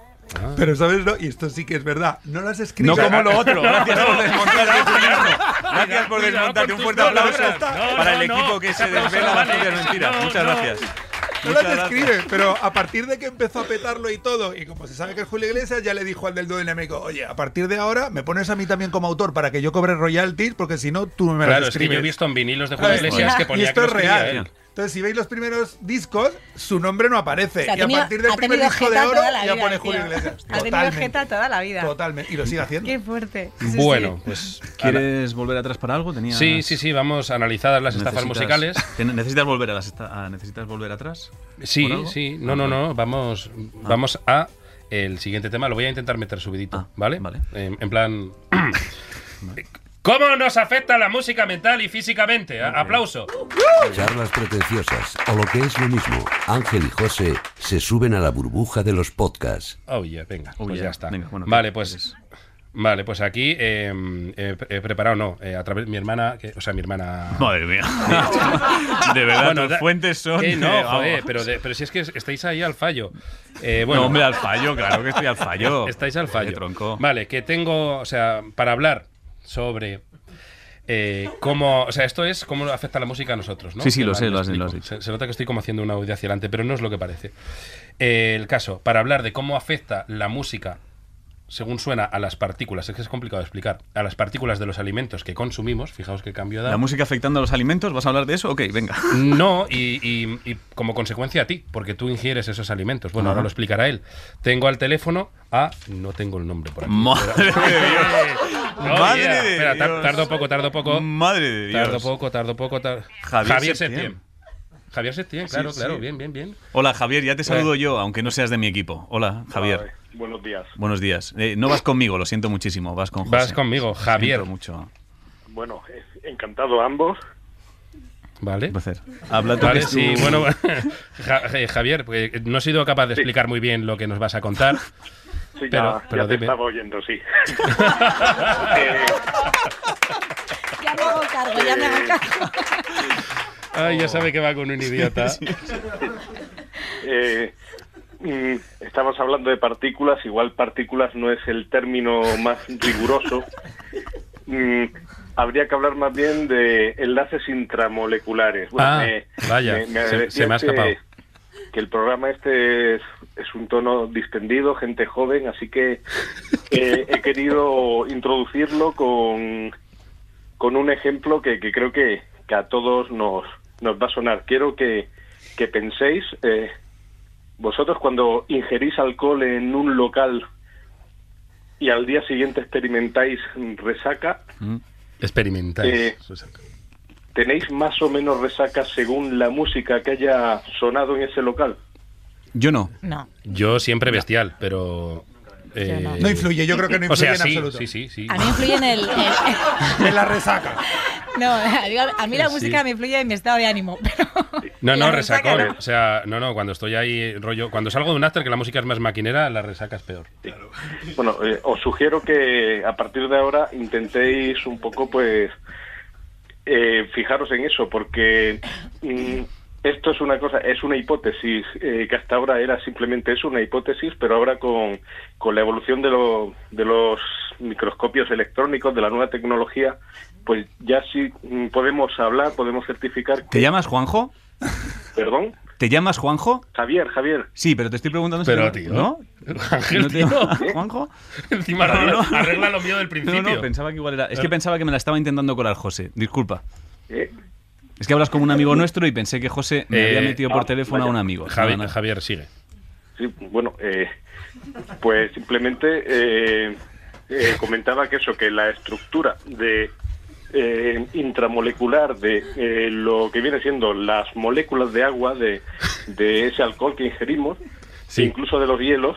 Pero, ¿sabes? No? Y esto sí que es verdad. No las escribe. No como lo otro. Gracias por desmontarte tú mismo. Gracias Cuidado, por cuidado con desmontarte. Un tus fuerte aplauso palabras. No, para no, el equipo no. que se Aplauso, desvela las vale. propias mentiras. No, Muchas no. gracias. No Muchas las gracias. escribe, pero a partir de que empezó a petarlo y todo, y como se sabe que es Julio Iglesias, ya le dijo al del dúo dinámico, oye, a partir de ahora me pones a mí también como autor para que yo cobre royalties, porque si no, tú me Claro, las es que escribes. yo he visto en vinilos de Julio ¿Sabes? Iglesias que y ponía que esto lo es escribía ¿eh? real. él. Entonces, si veis los primeros discos, su nombre no aparece. O sea, ha y a tenido- partir del ha primer tenido disco de jeta oro, toda la ya vida, pone tío. Julio Iglesias. Ha tenido jeta toda la vida. Totalmente. Y lo sigue haciendo. Eh, Qué fuerte. Sí, sí. Bueno, pues. ¿Quieres volver atrás para algo? Tenía Sí, sí, sí, vamos analizadas las estafas musicales. ¿Necesitas volver, a las esta- a- ¿Necesitas volver atrás? Sí, ¿Por algo? sí. Ah, No, no, vale. Ah. no. Vamos, vamos a el siguiente tema. Lo voy a intentar meter subidito, Ah, ¿vale? vale. Eh, en plan. ¿Cómo nos afecta la música mental y físicamente? A- Aplauso. Charlas pretenciosas o lo que es lo mismo, Ángel y José se suben a la burbuja de los podcasts. Oh, yeah, venga, Oh, pues yeah. ya está. Venga, bueno, vale, ¿qué pues. quieres? Vale, pues aquí eh, he, he preparado, no, eh, a través mi hermana, que- o sea, mi hermana. Ah, Madre mía. De verdad, Bueno, tus da- fuentes son. Eh, no, de- joder, vamos. pero, de- pero si es que estáis ahí al fallo. Eh, bueno, No, hombre, al fallo, claro que estoy al fallo. Estáis al Joder, fallo. Eh, tronco. Vale, que tengo, o sea, para hablar sobre eh, cómo, o sea, esto es cómo afecta la música a nosotros, ¿no? Sí, sí, Que lo mal sé, lo has- explico. lo has dicho. Se, se nota que estoy como haciendo una audio hacia adelante, pero no es lo que parece. Eh, el caso, para hablar de cómo afecta la música según suena a las partículas, es que es complicado de explicar, a las partículas de los alimentos que consumimos, fijaos qué cambio da. ¿La música afectando a los alimentos? ¿Vas a hablar de eso? Ok, venga. No, y, y- y como consecuencia a ti, porque tú ingieres esos alimentos. Bueno, ahora Ajá. lo explicará él. Tengo al teléfono a... No tengo el nombre por aquí. Madre de Dios. No, Madre yeah. de Espera, tar- Dios. tardo poco, tardo poco. Madre de Dios. Tardo poco, tardo poco. tar- Javier Septién. Septién. Javier Septién, claro, sí. claro. Bien, bien, bien. Hola, Javier, ya te saludo Eh. yo, aunque no seas de mi equipo. Hola, Javier. Buenos días. Buenos días. Eh, no vas conmigo, lo siento muchísimo. Vas con José. Vas conmigo, Lo siento Javier. mucho. Bueno, eh, encantado a ambos. Vale. Un placer. Habla tú, Vale, que es sí, tu- bueno, Ja- eh, Javier, eh, no he sido capaz de explicar muy bien lo que nos vas a contar. Sí, ya, Pero- ya pero te dime. estaba oyendo, sí. Eh, Ya me hago cargo, ya me hago cargo. Ay, Oh. ya sabe que va con un idiota. eh, mm, estabas hablando de partículas, igual partículas no es el término más riguroso. Mm, habría que hablar más bien de enlaces intramoleculares. Ah, vaya, se- decías se me ha que- escapado. que el programa este es, es un tono distendido, gente joven, así que eh, he querido introducirlo con, con un ejemplo que, que creo que, que a todos nos, nos va a sonar. Quiero que, que penséis, eh, vosotros cuando ingerís alcohol en un local y al día siguiente experimentáis resaca, Experimentáis. Eh, ¿tenéis más o menos resaca según la música que haya sonado en ese local? Yo no. No. Yo siempre bestial, pero... eh, no. Ah, No influye, yo creo que no O influye sea, en sí, absoluto. sí, sí, sí. A mí influye en el. el- En la resaca. no, digo, a mí la Sí. música me influye en mi estado de ánimo. Pero No, la no, resaca resacón. no. O sea, no, no, cuando estoy ahí, eh, rollo. Cuando salgo de un after que la música es más maquinera, la resaca es peor. Bueno, eh, os sugiero que a partir de ahora intentéis un poco, pues, eh, fijaros en eso, porque mm, esto es una cosa, es una hipótesis, eh, que hasta ahora era simplemente eso, una hipótesis, pero ahora con, con la evolución de, lo- de los microscopios electrónicos, de la nueva tecnología, pues ya sí mm, podemos hablar, podemos certificar ¿Te que, llamas Juanjo? perdón, ¿Te llamas Juanjo? Javier, Javier, Sí, pero te estoy preguntando Pero, si. te- tío. ¿No? Ángel, ¿No te tío. llamas ¿Juanjo? Encima No, arregla, no. arregla lo mío del No, principio. no, pensaba que igual era. Es que pensaba que me la estaba intentando colar José. Disculpa. eh, Es que hablas como un amigo nuestro y pensé que José me Eh, había metido por ah, teléfono a vaya. un amigo. Javi- No, no. Javier, sigue. Sí, bueno, eh, pues simplemente eh, eh, comentaba que eso, que la estructura de eh, intramolecular de eh, lo que viene siendo las moléculas de agua de, de ese alcohol que ingerimos, Sí. incluso de los hielos,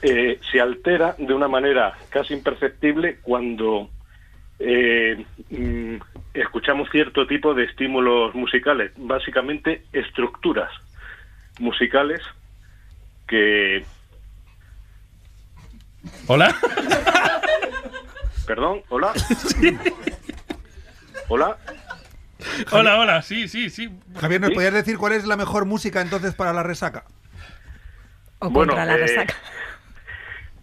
eh, se altera de una manera casi imperceptible cuando eh, mm, escuchamos cierto tipo de estímulos musicales, básicamente estructuras. musicales que... ¿Hola? Perdón, hola. Hola. Hola, hola, sí, sí, sí. Javier, ¿nos podías decir cuál es la mejor música entonces para la resaca? O Bueno, contra la eh, resaca.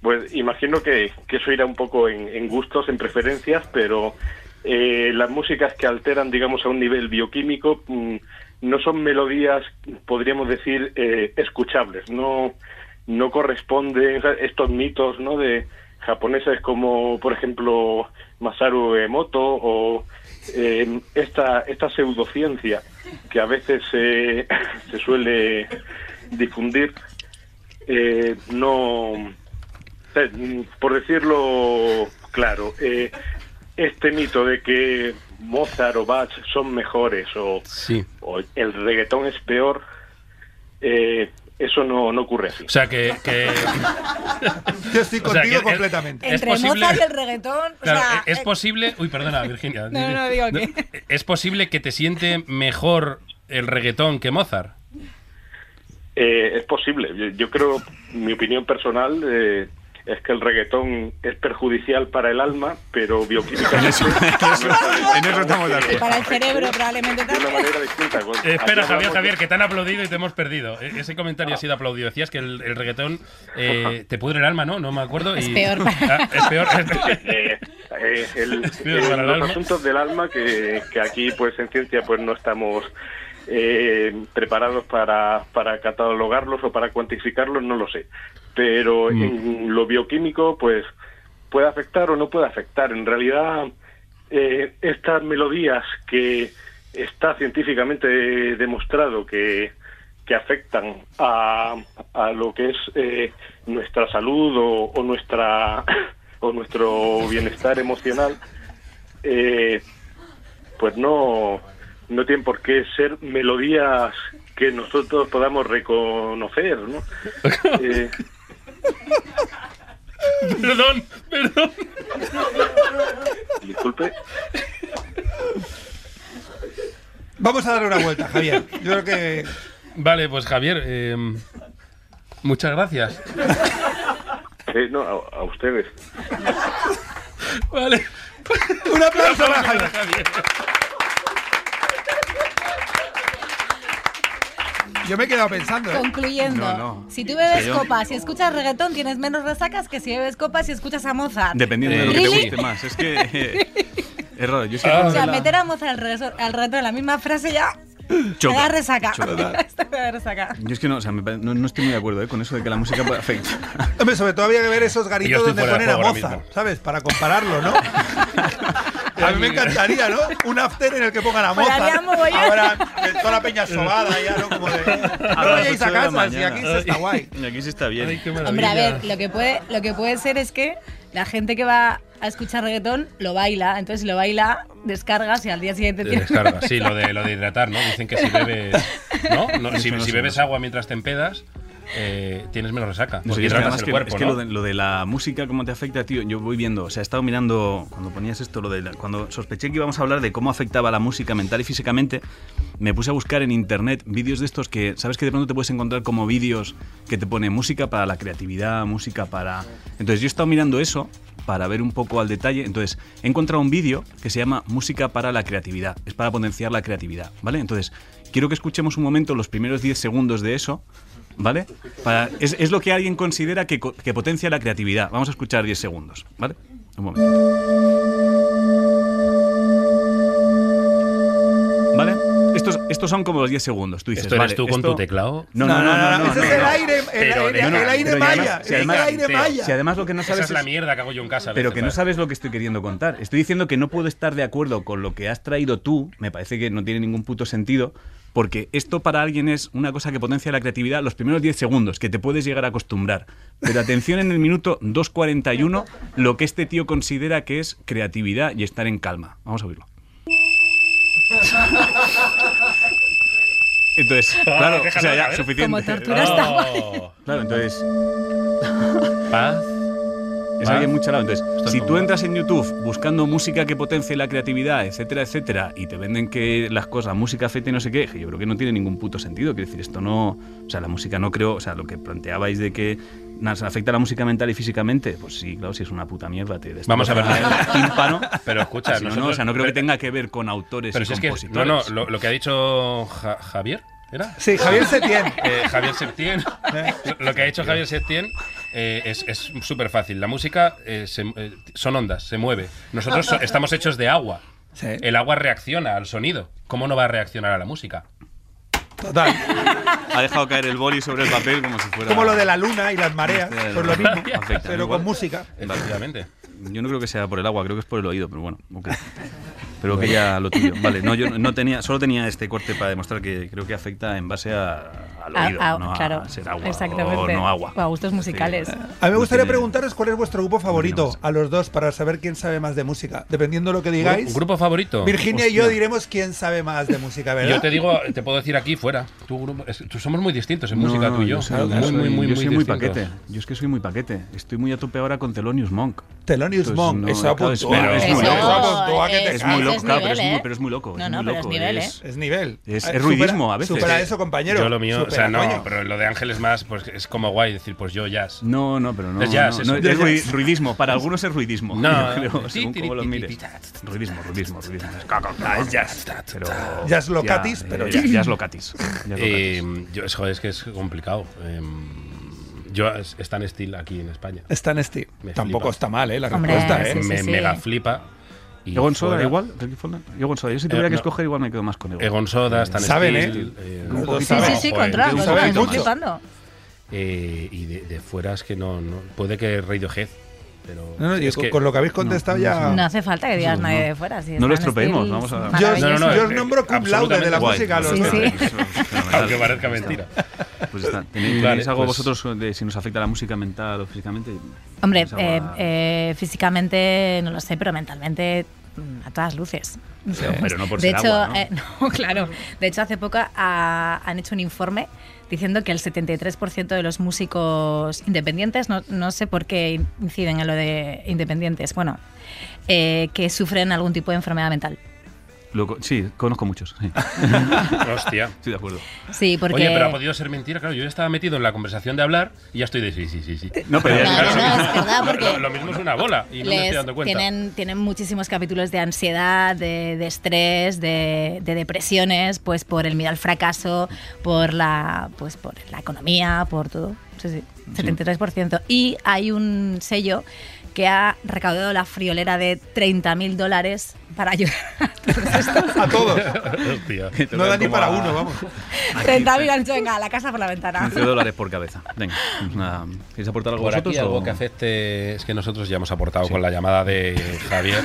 Pues imagino que, que eso irá un poco en, en gustos, en preferencias, pero eh, las músicas que alteran, digamos, a un nivel bioquímico mm, no son melodías, podríamos decir, eh, escuchables. No, no corresponden a estos mitos ¿no? de japoneses como, por ejemplo, Masaru Emoto o eh, esta, esta pseudociencia que a veces eh, se suele difundir. eh, no, eh, mm, por decirlo claro, eh, este mito de que Mozart o Bach son mejores o, Sí. o el reggaetón es peor, eh, eso no, no ocurre así. O sea que. que- Yo estoy o sea, contigo que- completamente. es Entre posible- Mozart y el reggaetón. o Claro, e, sea, es eh, posible. Uy, perdona, Virginia. No, no, digo que- ¿Es posible que te siente mejor el reggaetón que Mozart? Eh, es posible. Yo, yo creo, mi opinión personal eh, es que el reggaetón es perjudicial para el alma, pero bioquímicamente. En eso- en eso- en eso estamos de acuerdo. para el cerebro probablemente De una también. manera distinta. Con- Eh, espera, aquí Javier, hablamos Javier, que te han aplaudido y te hemos perdido. E- Ese comentario ha sido aplaudido. Decías que el, el reggaetón eh, te pudre el alma, ¿no? No me acuerdo. Es y- peor. Ah, es peor. Eh, eh, el- Mira, eh, para el los alma. asuntos del alma que, que aquí pues en ciencia pues no estamos eh, preparados para, para catalogarlos o para cuantificarlos no lo sé pero en lo bioquímico pues puede afectar o no puede afectar en realidad eh, estas melodías que está científicamente demostrado que, que afectan a, a lo que es eh, nuestra salud o, o nuestra o nuestro bienestar emocional eh, pues no no tienen por qué ser melodías que nosotros podamos reconocer ¿no? Eh, perdón, perdón. disculpe Vamos a darle una vuelta, Javier. Yo creo que Vale, pues Javier, eh, muchas gracias. eh, no a- a ustedes Vale. un aplauso para Javier. Yo me he quedado pensando. ¿eh? Concluyendo, No, no. si tú bebes Pero- copas y escuchas reggaetón, tienes menos resacas que si bebes copas y escuchas a Mozart. Dependiendo de lo que ¿Really? te guste más. Es que. eh, es raro. Yo es que Ah. creo O sea, que la- meter a Mozart al, regreso- al reggaetón en la misma frase ya Choca, me da resaca. choca. Esto me da resaca. Yo es que no, o sea, me pare- no, no estoy muy de acuerdo eh, con eso de que la música afecta. Hombre, sobre todo había que ver esos Yo garitos estoy donde fuera de ponen a juego ahora Mozart, mismo. ¿sabes? Para compararlo, ¿no? A mí me encantaría, ¿no? Un after en el que pongan a Molaría Mozart. mogollón. Ahora, de toda la peña sobada ya, ¿no? Como de, no las vayáis ocho a de la casa, si mañana. aquí se está guay. Y aquí sí está bien. Ay, qué maravilla. Hombre, a ver, lo que, puede, lo que puede ser es que la gente que va a escuchar reggaetón lo baila, entonces si lo baila, descargas y al día siguiente Te tiene descargas, sí, lo de, lo de hidratar, ¿no? Dicen que si bebes, ¿no? No, si, si bebes agua mientras te empedas, eh, tienes menos resaca. No Porque sé, y es que hidratas además el que- cuerpo, es que ¿no? lo, de, lo de la música, cómo te afecta, tío, yo voy viendo, o sea, he estado mirando, cuando ponías esto, lo de la- cuando sospeché que íbamos a hablar de cómo afectaba la música mental y físicamente, me puse a buscar en internet vídeos de estos que, ¿sabes que de pronto te puedes encontrar como vídeos que te pone música para la creatividad, música para... Entonces yo he estado mirando eso para ver un poco al detalle, entonces he encontrado un vídeo que se llama Música para la creatividad, es para potenciar la creatividad, ¿vale? Entonces, quiero que escuchemos un momento los primeros 10 segundos de eso ¿Vale? Para- es, es lo que alguien considera que, co- que potencia la creatividad. Vamos a escuchar 10 segundos, ¿vale? Un momento. ¿Vale? Estos, estos son como los 10 segundos. Tú dices, Esto eres vale, tú con esto- tu teclado. No, no, no, no. no, ese no, es el no. aire, el Pero aire, de- no, el no, aire pero y además- maya. si es el además- aire maya. Si además lo que no Esa sabes es la es- mierda que hago yo en casa. a Pero veces, que no ¿vale? sabes lo que estoy queriendo contar. Estoy diciendo que no puedo estar de acuerdo con lo que has traído tú. Me parece que no tiene ningún puto sentido. Porque esto para alguien es una cosa que potencia la creatividad los primeros 10 segundos, que te puedes llegar a acostumbrar. Pero atención en el minuto 2.41, lo que este tío considera que es creatividad y estar en calma. Vamos a oírlo. Entonces, claro, o sea, ya, suficiente. Como tortura está Oh, Claro, entonces, Paz, Es alguien muy charado. Entonces, si tú entras en YouTube buscando música que potencie la creatividad, etcétera, etcétera, y te venden que las cosas, música afecta y no sé qué, yo creo que no tiene ningún puto sentido. Quiero decir, esto no. O sea, la música no creo. O sea, lo que planteabais de que nos afecta la música mental y físicamente, pues sí, claro, si es una puta mierda. Te Vamos a ver. destrozan el tímpano. Pero escucha, Así Ah, no, no, nosotros- o sea, no creo pero- que tenga que ver con autores Pero y si es que. No, no, compositores. lo, lo que ha dicho Ja- Javier. ¿Era? Sí, Javier Setién. Eh, Javier Septién. Lo que ha hecho Javier Septién eh, es es súper fácil. La música eh, se- eh, son ondas, se mueve. Nosotros so- estamos hechos de agua. Sí. El agua reacciona al sonido. ¿Cómo no va a reaccionar a la música? Total. Ha dejado caer el boli sobre el papel como si fuera. Como lo de la luna y las mareas, Hostia, de pues la lo luna. mismo, Afecta, pero igual. con música. Efectivamente. Yo no creo que sea por el agua, creo que es por el oído, pero bueno, ok. Pero que ya lo tuyo. Vale, no, yo no tenía, solo tenía este corte para demostrar que creo que afecta en base a, al A- oído, Ah, a- no claro, a ser agua exactamente. o no agua. O a gustos musicales. A mí me No gustaría tiene- preguntaros cuál es vuestro grupo favorito a los dos para saber quién sabe más de música. Dependiendo de lo que digáis. Gru- grupo favorito. Virginia y yo Hostia. diremos quién sabe más de música, ¿verdad? Yo te digo, te puedo decir aquí fuera. Tú, grupo- es- tú- somos muy distintos en No, música, no, tú y yo. soy- Muy, soy- muy, muy, yo soy muy distintos. paquete. Yo es que soy muy paquete. Estoy muy a tope ahora con Thelonious Monk. Thelonious Entonces, Monk, no, eso claro, es- apuntó. pero es Eso muy loco. apuntó a que te Es muy cagas. loco, claro, pero es nivel, muy, ¿eh? pero es muy loco. No, es no, muy pero es loco. nivel, ¿eh? ¿eh? es- Es nivel. Es- Ah, es supera- ruidismo a veces. Supera eso, compañero. Yo lo mío, o Supera, sea, no, coño. pero lo de Ángel es más, pues es como guay decir, pues yo jazz. No, no, pero no. Es jazz, no, eso. no, Es es ruid- jazz. ruidismo. Para algunos es ruidismo. No. eh, yo creo, según Ti, cómo lo ti, ti, ti, mires. ti. Ruidismo, ruidismo, ruidismo. Es caca, caca. Pero- Jazz locatis, ya, pero- eh, Jazz locatis. Jazz Eh, locatis. yo, es, joder, es que es complicado. Em, yo es- está en estilo aquí en España. Stan Steve. Me Tampoco flipa. está mal, ¿eh? La Hombre, respuesta, sí, ¿eh? Me- me sí, sí. mega flipa. Y Egon Soda, fuera- igual. Ricky Fonda. Egon Soda. Yo si tuviera Eh, que no. Eh, escoger, igual me quedo más con Egon. Egon Soda, Stan Saben, Steel, ¿eh? eh, Los dos Joder, Sí, sí, sí, Joder, ¿eh? contra. tú contra, sabes estoy mucho. flipando. Eh, y de, de fuera es que no, no- Puede que Radiohead. Pero No, no, y es con, que- con lo que habéis contestado ya. No hace falta que digas No, nadie Ah. no. de fuera. si No lo Stan estropeemos, Steele vamos a- es Yo, No, no, maravilloso. no, yo os eh, nombro cum laude de la absolutamente música. a los guay. dos. Sí, sí. aunque parezca mentira. Pues está. ¿Tenéis, Vale, tenéis algo pues- vosotros de si nos afecta la música mental o físicamente? Pues Hombre, Esa eh, va- eh, físicamente no lo sé, pero mentalmente mm, a todas luces. Pero, pero no por de ser hecho, agua, ¿no? eh, no, claro. De hecho, hace poco ha- han hecho un informe diciendo que el 73% de los músicos independientes, no, no sé por qué inciden en lo de independientes, bueno, eh, que sufren algún tipo de enfermedad mental. Lo co- sí, conozco muchos. sí. Hostia. Estoy de acuerdo. Sí, porque... Oye, pero ha podido ser mentira. Claro, yo ya estaba metido en la conversación de hablar y ya estoy de sí, sí, sí. sí. No, pero ya- Claro, no, es verdad, Lo- porque- lo, lo mismo es una bola y no me estoy les dando cuenta. tienen, tienen muchísimos capítulos de ansiedad, de, de estrés, de, de depresiones, pues por el miedo al fracaso, por la, pues por la economía, por todo. Sí, sí, 73%. Y hay un sello que ha recaudado la friolera de 30.000 dólares para ayudar a todos estos. A todos. Hostia. No da ni para uno, vamos. 30.000 han dicho, venga, a la casa por la ventana. 15 dólares por cabeza. Venga. nada, ¿Queréis aportar algo Por vosotros? aquí algo o- que afecte es que nosotros ya hemos aportado con la llamada de Javier.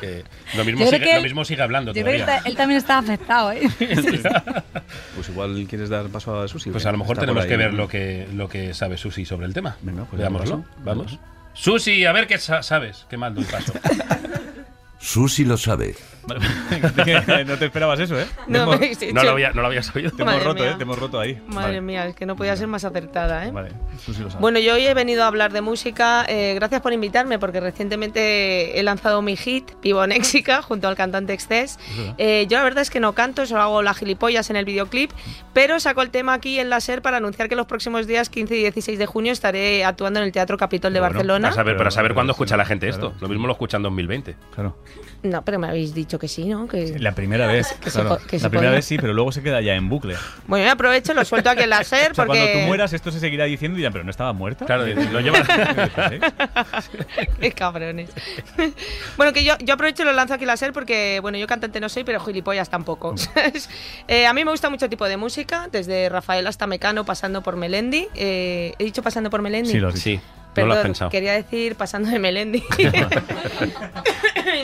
Que lo, mismo Yo creo sigue, que lo él- mismo sigue hablando Yo creo que todavía. él, ta- él también está afectado, ¿eh? Pues igual quieres dar paso a Susi. Pues que a lo mejor está por tenemos ahí. que ver lo que, lo que sabe Susi sobre el tema. Venga, pues Veámoslo. dale paso. Vamos. Susi, a ver qué sa- sabes. Qué mal doy paso. Susi lo sabe. no te esperabas eso, ¿eh? No me habéis hecho. No lo, había, no lo habías oído. Te hemos Madre roto, mía. ¿eh? Te hemos roto ahí. Madre Vale. mía, es que no podía ser más acertada, ¿eh? Vale, Susi lo sabe. Bueno, yo hoy he venido a hablar de música. eh, gracias por invitarme, porque recientemente he lanzado mi hit, Pibonéxica, junto al cantante Excess. Eh, yo la verdad es que no canto, solo hago las gilipollas en el videoclip, pero saco el tema aquí en la SER para anunciar que los próximos días, 15 y 16 de junio, estaré actuando en el Teatro Capitol de Pero bueno, Barcelona. Para saber, para saber Pero- cuándo pero sí, escucha la gente claro. esto. Lo mismo lo escucha en 2020. Claro. No, pero me habéis dicho que sí, ¿no? Que... La primera vez, Que se claro. po- que se la primera podía. vez sí, pero luego se queda ya en bucle. Bueno, yo aprovecho, lo suelto aquí en la SER, O sea, porque... cuando tú mueras, esto se seguirá diciendo y dirán, pero no estaba muerta. Claro, lo llevas. Qué cabrones. bueno, que yo, yo aprovecho y lo lanzo aquí la SER porque, bueno, yo cantante no soy, pero gilipollas tampoco. ¿sabes? Eh, a mí me gusta mucho tipo de música, desde Rafael hasta Mecano, pasando por Melendi. Eh, ¿He dicho pasando por Melendi? Sí, lo has dicho. Sí, no lo has Perdón, pensado. quería decir pasando de Melendi.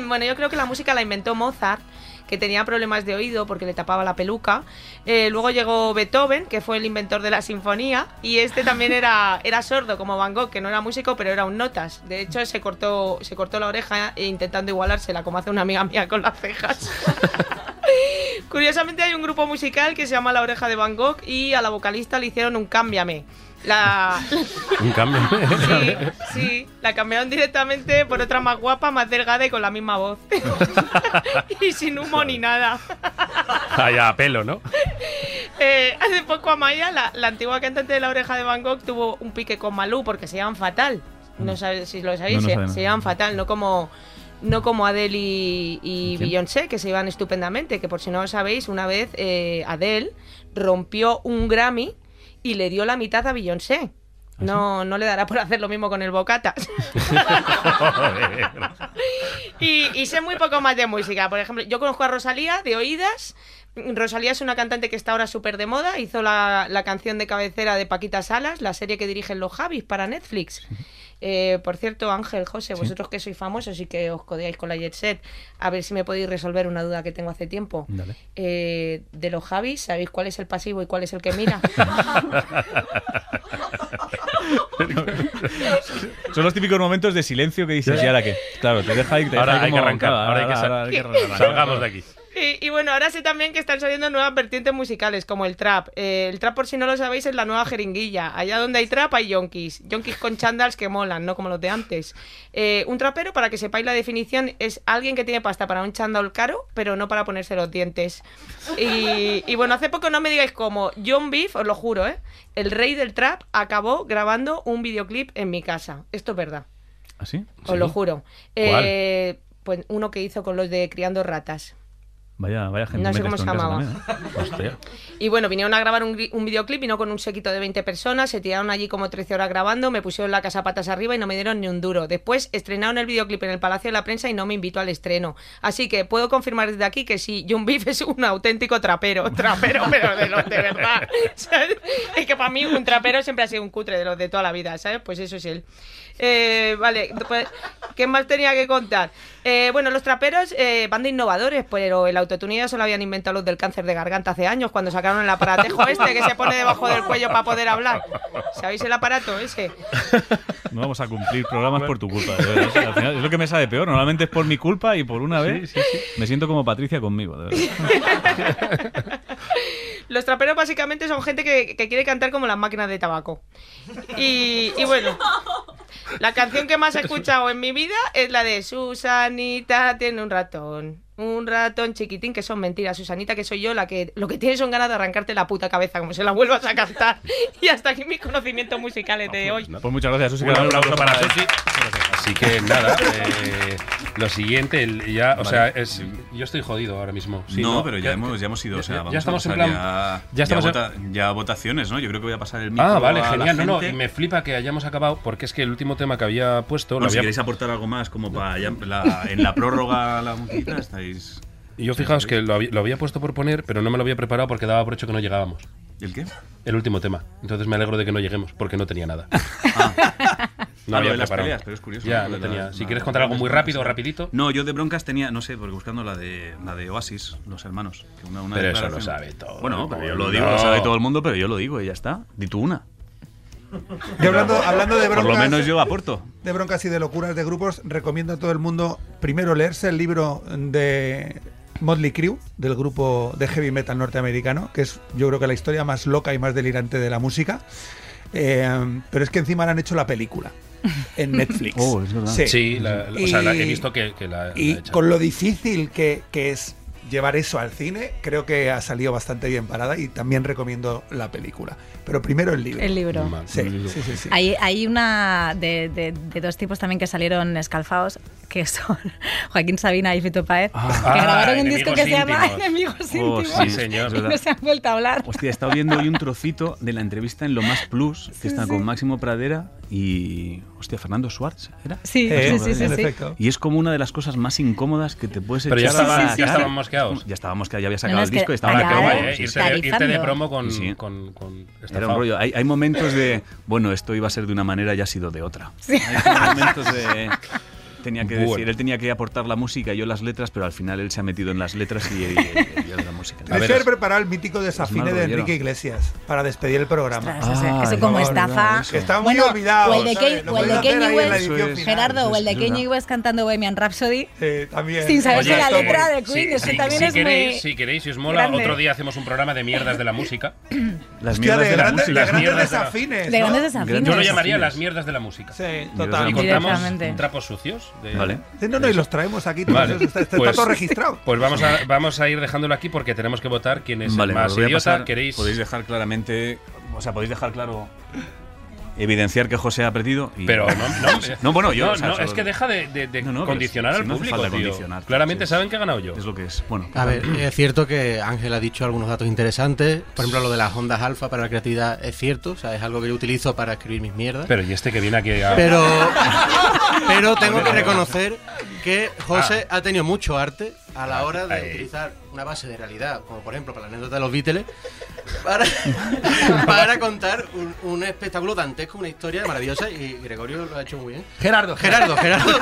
bueno, yo creo que la música la inventó Mozart, que tenía problemas de oído porque le tapaba la peluca. Eh, luego llegó Beethoven, que fue el inventor de la sinfonía, y este también era, era sordo, como Van Gogh, que no era músico, pero era un notas. De hecho, se cortó, se cortó la oreja eh, intentando igualársela, como hace una amiga mía con las cejas. Curiosamente hay un grupo musical que se llama La Oreja de Van Gogh y a la vocalista le hicieron un cámbiame. La, Un cambio. sí, sí, la cambiaron directamente por otra más guapa, más delgada y con la misma voz. y sin humo ni nada. Vaya Ah, pelo, ¿no? Eh, hace poco Amaya, la, la antigua cantante de La Oreja de Van Gogh, tuvo un pique con Malú porque se llevan fatal. No sabéis si lo sabéis, No, no se- sabemos. se, llevan fatal, no como no como Adele y, y Beyoncé, que se llevan estupendamente, que por si no lo sabéis, una vez eh, Adele rompió un Grammy y le dio la mitad a Beyoncé. No, no le dará por hacer lo mismo con el Bocatas. Y, y sé muy poco más de música. Por ejemplo, yo conozco a Rosalía de oídas. Rosalía es una cantante que está ahora súper de moda. Hizo la, la canción de cabecera de Paquita Salas, la serie que dirigen los Javis para Netflix. Eh, por cierto, Ángel, José, vosotros que sois famosos y que os codeáis con la Jet Set, a ver si me podéis resolver una duda que tengo hace tiempo. Dale. Eh, de los Javis, ¿sabéis cuál es el pasivo y cuál es el que mira? Son los típicos momentos de silencio que dices, ¿y ahora qué? Claro, te deja ahí. Te Ahora deja ahí hay que como- arrancar, claro, ahora hay que sal- arrancar. Salgamos de aquí. Y, y bueno, ahora sé también que están saliendo nuevas vertientes musicales, como el trap. Eh, el trap, por si no lo sabéis, es la nueva jeringuilla. Allá donde hay trap hay yonkis. Yonkis con chandals que molan, no como los de antes. Eh, un trapero, para que sepáis la definición, es alguien que tiene pasta para un chandal caro, pero no para ponerse los dientes. Y, y bueno, hace poco no me digáis cómo. John Beef, os lo juro, ¿eh? El rey del trap acabó grabando un videoclip en mi casa. Esto es verdad, ¿Ah, sí? os lo juro. Eh, pues uno que hizo con los de Criando Ratas. Vaya, vaya gente. No sé metes cómo tú se en casa llamaba. también, ¿eh? Hostia. Y bueno, vinieron a grabar un, gri- un videoclip, vino con un sequito de 20 personas, se tiraron allí como 13 horas grabando, me pusieron la casa patas arriba y no me dieron ni un duro. Después estrenaron el videoclip en el Palacio de la Prensa y no me invitó al estreno. Así que puedo confirmar desde aquí que sí, John Beef es un auténtico trapero, trapero, pero de los de verdad. ¿sabes? Es que para mí un trapero siempre ha sido un cutre de los de toda la vida, ¿sabes? Pues eso es él. Eh, vale, pues, ¿qué más tenía que contar? Eh, bueno, los traperos eh, van de innovadores, pero el autotune ya se lo habían inventado los del cáncer de garganta hace años, cuando sacaron el aparatejo este que se pone debajo del cuello para poder hablar. ¿Sabéis el aparato ese? No vamos a cumplir programas por tu culpa. de verdad. O sea, al final es lo que me sabe peor. Normalmente es por mi culpa y por una vez me siento como Patricia conmigo. de verdad. Los traperos básicamente son gente que, que quiere cantar como las máquinas de tabaco. Y, y bueno, la canción que más he escuchado en mi vida es la de Susanita tiene un ratón. Un ratón chiquitín, que son mentiras. Susanita, que soy yo, la que lo que tiene son ganas de arrancarte la puta cabeza, como se la vuelvas a cantar. Y hasta aquí mis conocimientos musicales Ah, de hoy. Pues muchas gracias, Susi. Un aplauso para él. Susi. Así que nada, eh, lo siguiente, el- ya, o Vale. sea, es, yo estoy jodido ahora mismo. Sí, no, pero ya Que- hemos, ya hemos ido. O sea, ya- ya vamos estamos a en pasar plan- Ya, ya estamos ya, en- vota- ya votaciones, ¿no? Yo creo que voy a pasar el micro. Ah, vale, a la genial. No, no, gente. y me flipa que hayamos acabado porque es que el último tema que había puesto. Bueno, lo si había- queréis aportar algo más, como para ya la- en la prórroga la musiquita, estáis. Y yo fijaos que lo había, lo había puesto por poner, pero no me lo había preparado porque daba por hecho que no llegábamos. ¿El qué? El último tema. Entonces me alegro de que no lleguemos porque no tenía nada. Ah, lo de las peleas, pero es curioso. Ya, ¿no? no Lo de tenía. las- Si la- quieres contar algo muy rápido, rapidito. No, yo de broncas tenía, no sé, porque buscando la de la de Oasis, los hermanos. que una- una Pero eso declaración. lo sabe todo Bueno, el pero yo mundo. lo digo, lo sabe todo el mundo, pero yo lo digo y ya está. Di tú una. Yo hablando, hablando de Por broncas. lo menos yo aporto. De broncas y de locuras de grupos, recomiendo a todo el mundo primero leerse el libro de Motley Crue, del grupo de heavy metal norteamericano, que es yo creo que la historia más loca y más delirante de la música. Eh, pero es que encima le han hecho la película en Netflix. Oh, es verdad. Sí, la- la- o sea, la- he visto que- que la- la Y echan. con lo difícil que, que es llevar eso al cine, creo que ha salido bastante bien parada y también recomiendo la película. Pero primero el libro. El libro. Sí, sí, sí, sí. Hay, hay una de, de- de dos tipos también que salieron escalfados, que son Joaquín Sabina y Fito Páez, que ah, grabaron un disco que se Enemigos llama íntimos. Enemigos Oh, íntimos. sí, señor. Y no se han vuelto a hablar. Hostia, he estado viendo hoy un trocito de la entrevista en Lo Más Plus, que está con Máximo Pradera y. Hostia, Fernando Schwartz, ¿era? Sí, Máximo sí, sí, sí, Pradera. sí. En efecto. Y es como una de las cosas más incómodas que te puedes Pero ya echar a estaban- la ya cara. estaban mosqueados. Ya estábamos mosqueados, ya había No, sacado es el que disco y estaban acá, acabados. eh, Sí, irte sí. de- irte de Tarizando. promo con. Sí, sí. con- con Era un estafado. rollo. Hay, hay momentos de, bueno, esto iba a ser de una manera y ha sido de otra. Sí. Hay momentos de. Tenía que Bueno. decir, él tenía que aportar la música y yo las letras, pero al final él se ha metido en las letras y, y- y- y yo en la música. A ver, preparado el mítico mal desafine de rollero. Enrique Iglesias para despedir el programa. Ostras, ese- Ah, eso como Por favor, estafa. que Está muy Bueno, olvidado. o el de, ¿sabes? Kanye- Lo o el de pueden hacer Kanye ahí en la West, edición final. Gerardo, o el de Kanye West cantando Bohemian Rhapsody. Eh, también. Sin saber Oye, que la esto- letra de si- Queen, eso si- también si es muy... queréis, Si queréis, si os mola, grande. otro día hacemos un programa de mierdas de la música. Las Hostia, mierdas de de la grande- de música. grandes desafines, De ¿no? grandes desafines. Yo lo llamaría las mierdas de la música. Sí, total. Y contamos Directamente. trapos sucios. de- Vale. Sí, No, no, y los traemos aquí. todos Vale, esos, está, está pues- todo registrado. Pues vamos a, vamos a ir dejándolo aquí porque tenemos que votar quién es Vale, el os más voy a idiota. pasar- ¿Queréis? Podéis dejar claramente. O sea, podéis dejar claro. Evidenciar que José ha perdido. y- Pero no, no, No, bueno, yo. No, o sea, no, solo- es que deja de, de- de No, no, pero condicionar si- al si no hace público. falta tío. condicionar. Claramente Sí, saben que he ganado yo. Es lo que es. Bueno, A ver, es cierto que Ángel ha dicho algunos datos interesantes. Por ejemplo, lo de las ondas alfa para la creatividad es cierto. O sea, es algo que yo utilizo para escribir mis mierdas. Pero y este que viene aquí a- Pero, pero tengo que reconocer que José ha tenido mucho arte a la hora de ahí. utilizar una base de realidad, como por ejemplo para la anécdota de los Beatles, para, para contar un, un espectáculo dantesco, una historia maravillosa y Gregorio lo ha hecho muy bien. Gerardo. Gerardo, Gerardo.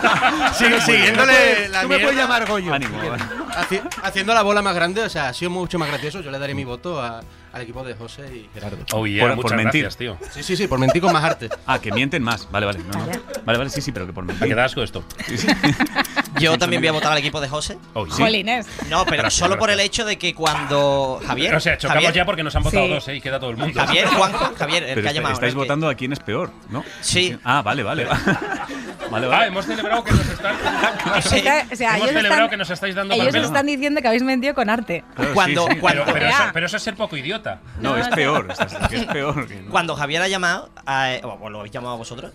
Sigue siguiéndole la Tú me puedes mierda. llamar Goyo. Ánimo, Haci- haciendo la bola más grande, o sea, ha sido mucho más gracioso. Yo le daré mi voto a- al equipo de José y Gerardo. Oh, yeah, Por- por muchas mentir. gracias, tío. Sí, sí, sí, por mentir con más arte. Ah, que mienten más. Vale, vale. no, no. Vale, vale, sí, sí, pero que por Me mentir. queda asco esto. Sí, sí. Ah, Yo también voy a votar al equipo de José. Oh, sí. Jolines. No, pero Gracias, solo por gracias. el hecho de que cuando. Javier. O sea, chocamos Javier, ya porque nos han votado Sí. dos, ¿eh? Y queda todo el mundo. Javier, Juanjo, Javier, el Pero que ha estáis- llamado. estáis el que- votando a quién es peor, ¿no? Sí. Ah, vale, vale. va. vale, Ah, vale. hemos celebrado que nos están. Está- o sea, hemos ellos celebrado están- que nos estáis dando Ellos papel. están diciendo que habéis mentido con arte. Claro, sí, cuando- sí. cuando- Pero, pero eso, Ya. pero eso es ser poco idiota. No, No, es no. peor. Es, que es peor. que no. Cuando Javier ha llamado, a- o o lo habéis llamado vosotros,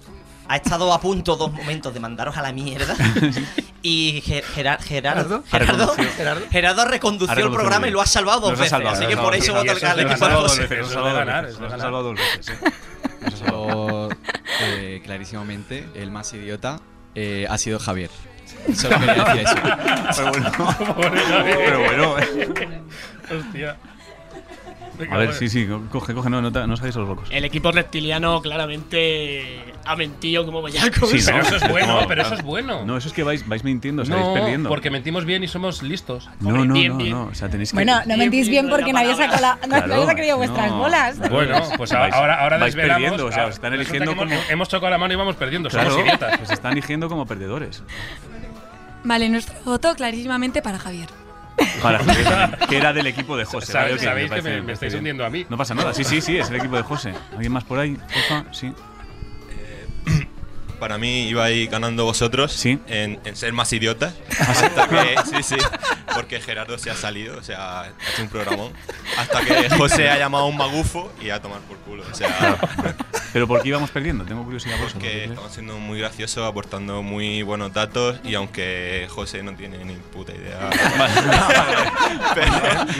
ha estado a punto dos momentos de mandaros a la mierda. Y Ger- Gerar- Gerardo, Gerardo, Gerardo recondució Ha reconducido el programa bien. y lo ha salvado dos Nos ha veces. salvado, así nos que ha por eso salvado. voto Y eso es al equipo de demasiado José. doloroso. Nos ha salvado dos ganar, veces, es de nos ha ganar. salvado dos veces, sí. Yo, eh, clarísimamente, el más idiota eh, ha sido Javier. Solo quería decir eso. Pero bueno. Pobre Javier. Pero bueno. eh. Hostia. A ver, sí, sí, co- coge, coge, no, no, te- no os hagáis los locos. El equipo reptiliano claramente ha mentido como bellacos. Sí, Pero eso es bueno, No, pero eso claro. es bueno. No, eso es que vais, vais mintiendo, os vais No, perdiendo. porque mentimos bien y somos listos. No, no, bien, no, bien. no, o sea, tenéis que... Bueno, no mentís bien Siempre porque la nadie se ha colado- Claro, nadie se ha creído vuestras no. bolas. Bueno, pues ahora, ahora, ahora vais desvelamos. perdiendo, o sea, os están Ah, resulta eligiendo que hemos, como- hemos chocado la mano y vamos perdiendo. Claro, Somos idiotas. os están eligiendo como perdedores. Vale, nuestro voto clarísimamente para Javier. Para Javier, que era del equipo de José. Sabéis- ok, sabéis que parece me- bien, me parece estáis bien. hundiendo a mí. No pasa nada, sí, sí, sí, es el equipo de José. ¿Alguien más por ahí? Porfa, sí. Para mí ibais ganando vosotros en, en ser más idiotas. Hasta que, sí, sí, porque Gerardo se ha salido, o sea, ha hecho un programón. Hasta que José ha llamado a un magufo y a tomar por culo. O sea, Pero ¿por qué íbamos perdiendo? Tengo curiosidad por eso. que estaban siendo muy graciosos, aportando muy buenos datos y aunque José no tiene ni puta idea. pero,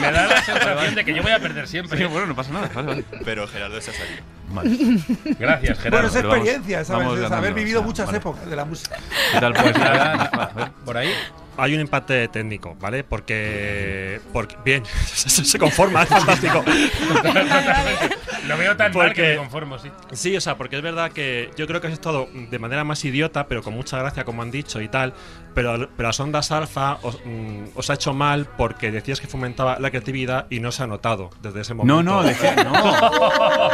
Me da la sensación de que yo voy a perder siempre. Sí, bueno, no pasa nada. Vale, vale. pero Gerardo se ha salido. Gracias, Bueno, Gerardo. es pero vamos- experiencia, ¿sabes? vamos Es haber ganando, vivido o sea, muchas vale. épocas de la música. ¿Qué tal? Pues nada, Por ahí. Hay un empate técnico, ¿vale? Porque. porque bien, se se conforma, es fantástico. Lo veo tan mal que Porque- me conformo, sí. Sí, o sea, porque es verdad que yo creo que has estado de manera más idiota, pero con mucha gracia, como han dicho y tal. Pero, pero las ondas alfa os, mm, os ha hecho mal porque decías que fomentaba la creatividad y no se ha notado desde ese No, momento. no, decía, no.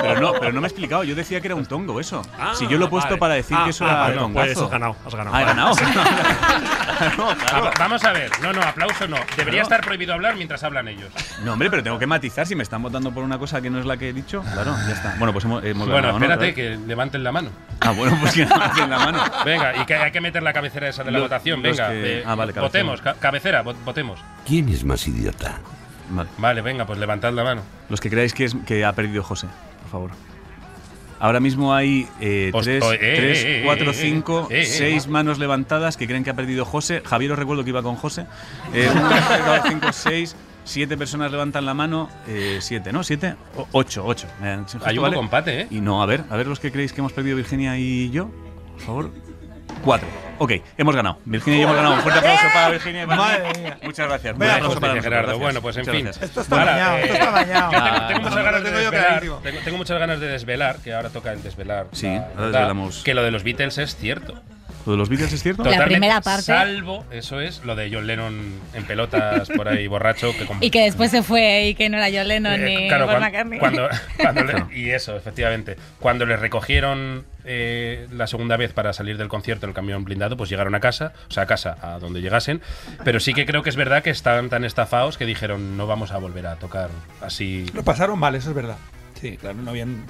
Pero no, pero no me he explicado. Yo decía que era un tongo eso. Ah, si yo lo he puesto vale. para decir Ah, que eso ah, era vale, tongazo. pues has ganado, has ganado. Ah, he ganado. Ah, Vamos a ver. No, no, aplauso no. Debería estar prohibido hablar mientras hablan ellos. No, hombre, pero tengo que matizar si me están votando por una cosa que no es la que he dicho. Claro, ya está. Bueno, pues hemos, hemos Bueno, ganado, ¿no? espérate que levanten la mano. Ah, bueno, pues que en la mano. Venga, y que hay que meter la cabecera esa de la Lo- votación. los Venga, que- eh, ah, vale, cabecera. votemos. ca- cabecera, vo- votemos. ¿Quién es más idiota? Vale. Vale, venga, pues levantad la mano. Los que creáis que, es, que ha perdido José, por favor. Ahora mismo hay eh, Os- tres, oh, eh, tres, eh, eh, cuatro, eh, cinco, eh, eh, seis manos levantadas que creen que ha perdido José. Javier, os recuerdo que iba con José. Eh, uno, dos, tres, cuatro, cinco, seis, siete personas levantan la mano. eh, siete, ¿no? Siete, o- ocho, ocho. Me han hecho un gesto, Hay un ¿vale? poco empate, ¿eh? Y no, a ver, a ver los que creéis que hemos perdido Virginia y yo. Por favor. Cuatro. Ok, hemos ganado. Virginia y yo hemos ganado. Un fuerte aplauso para Virginia y para mí. ¡Eh! Madre mía. Muchas gracias. Vea, Un aplauso José para nosotros. Gerardo. Gracias. Bueno, pues en Muchas fin. gracias. Esto está bañado, esto está bañado. yo tengo- tengo Ah, muchas no, ganas de tengo yo desvelar, clarísimo. tengo- tengo muchas ganas de desvelar, que ahora toca el desvelar. Sí, la ahora verdad, desvelamos. Que lo de los Beatles es cierto. ¿Lo de los Beatles es cierto? La primera parte. Salvo, eso es, lo de John Lennon en pelotas por ahí borracho. Que con- Y que después se fue y que no era yo Lennon Eh, ni claro, Paul cuan- McCartney. cuando, cuando le- Claro. y eso, efectivamente. Cuando les recogieron eh, la segunda vez para salir del concierto en el camión blindado, pues llegaron a casa, o sea, a casa, a donde llegasen. Pero sí que creo que es verdad que estaban tan estafados que dijeron no vamos a volver a tocar así. Lo pasaron mal, eso es verdad. Sí, claro, no habían,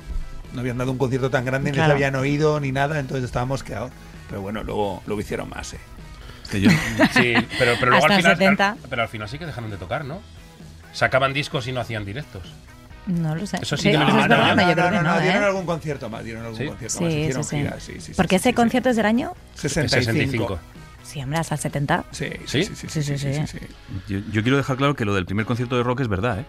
no habían dado un concierto tan grande, ni Claro. les habían oído ni nada, entonces estábamos quedados. Pero bueno, luego lo hicieron más, ¿eh? Que yo- Sí, pero, pero luego al Hasta el final. 70. Pero al final sí que dejaron de tocar, ¿no? Sacaban discos y no hacían directos. No lo sé. Eh, Eso sí que me lo es imagino. verdad, No, yo no, creo que no, no, no, ¿eh? dieron algún concierto más, dieron algún Sí. concierto más, Sí, sí, hicieron sí. giras, sí, sí, sí, Porque sí, ese sí, concierto es del año 65. Sí, hombre, hasta el 70. Sí, sí, sí, sí, sí, sí, Yo, yo quiero dejar claro que lo del primer concierto de rock es verdad, ¿eh?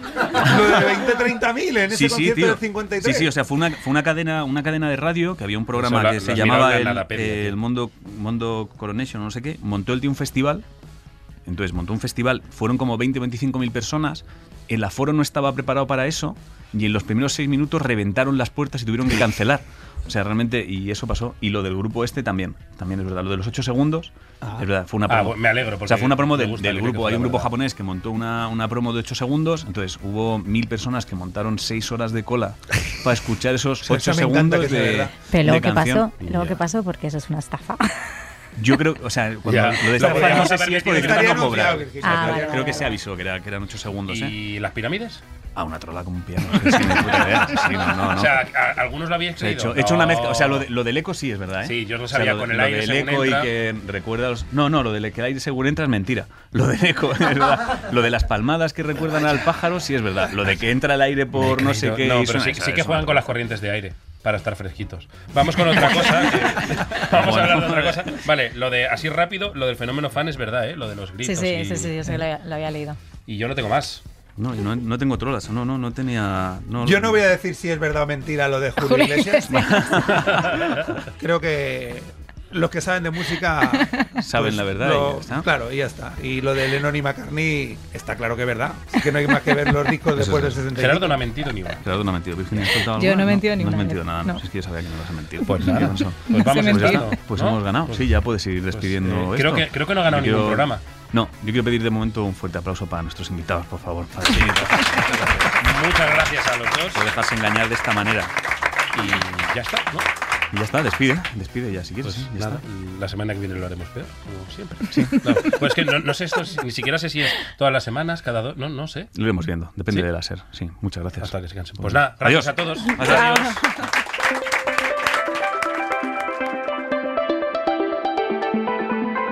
Lo de 20, 30 mil en ese concierto del 53. Sí, sí, o sea, fue una, fue una cadena una cadena de radio que había un programa Eso lo- que lo se has mirado llamaba en el, la Lapedia, eh, tío. el Mundo, Mundo Coronation, no sé qué. Montó el tío un festival. Entonces montó un festival. Fueron como 20 o 25 mil personas. El aforo no estaba preparado para eso. Y en los primeros seis minutos reventaron las puertas y tuvieron que cancelar. O sea, realmente, y eso pasó. Y lo del grupo este también. También es verdad. Lo de los ocho segundos. Ah. Es verdad, fue una Ah, promo. bueno, me alegro, pues, o sea, fue una promo porque del, me gusta del que grupo. fuera Hay un grupo verdad. japonés que montó una, una promo de 8 segundos. Entonces hubo mil personas que montaron 6 horas de cola para escuchar esos sea, 8 eso me encanta segundos que sea de, verdad. Pero de luego qué canción. pasó, luego qué pasó, porque eso es una estafa. Yo creo, o sea, cuando Ya. lo de esta Lo forma, no podíamos sé haber si metido es por en el decreto no anuncio, cobrar. Virginia, Ah, creo vale, creo vale, que se vale. avisó que, era- que eran 8 segundos. ¿eh? ¿Y las pirámides? Ah, una trola con un piano. que sí, ni puta idea. Sí, no, no, no. O sea, a- algunos lo habíais O sea, he creído. hecho, he hecho una No. mezcla. O sea, lo, de- lo del eco sí es verdad, ¿eh? Sí, yo lo O sea, sabía de- con el lo aire del según eco entra. y que recuerda a los- No, no, lo del que el aire según entra es mentira. Lo del eco es verdad. Lo de las palmadas que recuerdan al pájaro sí es verdad. Lo de que entra el aire por no sé qué. No, y pero suena- sí, o sea, sí que es juegan una con las corrientes de aire para estar fresquitos. Vamos con otra cosa. que- vamos a hablar de otra cosa. Vale, lo de así rápido, lo del fenómeno fan es verdad, ¿eh? Lo de los Sí, gritos. sí, y, sí, sí, yo sé que lo había, lo había leído. y yo no tengo más. No, yo no, no tengo trolas. No, no, no tenía. No, Yo no voy a decir si es verdad o mentira lo de Julio Julio Iglesias. Iglesias. Creo que los que saben de música pues, Saben la verdad lo- y ya está. Claro, y ya está. Y lo de Lennon y McCartney está claro que es verdad. Así que no hay más que ver los discos Eso después es. del 60. Gerardo no ha mentido ni una. Gerardo no ha mentido. Virginia, ¿has soltado Yo alguna? no he mentido ni No has una, mentido no. nada. No. Es que yo sabía que no ibas a mentir. Pues nada. ¿Qué pasó? Pues vamos ya empezando, está. Pues ¿no? hemos ganado. Sí, ya puedes ir despidiendo eh, creo esto. que- creo que no ha ganado Yo ningún programa. No, yo quiero pedir de momento un fuerte aplauso para nuestros invitados, por favor. Para ti, Muchas gracias a los dos. por dejarse engañar de esta manera. Y ya está, ¿no? Y ya está, despide. Despide ya, si quieres. Pues ¿eh? Ya nada, está. la semana que viene lo haremos peor, como siempre. No, pues que no, no sé esto, si- ni siquiera sé si es todas las semanas, cada dos, no, no sé. Lo iremos viendo. Depende Sí. del láser. Sí, muchas gracias. Hasta que se cansen. Pues nada, gracias Adiós. a todos. Adiós.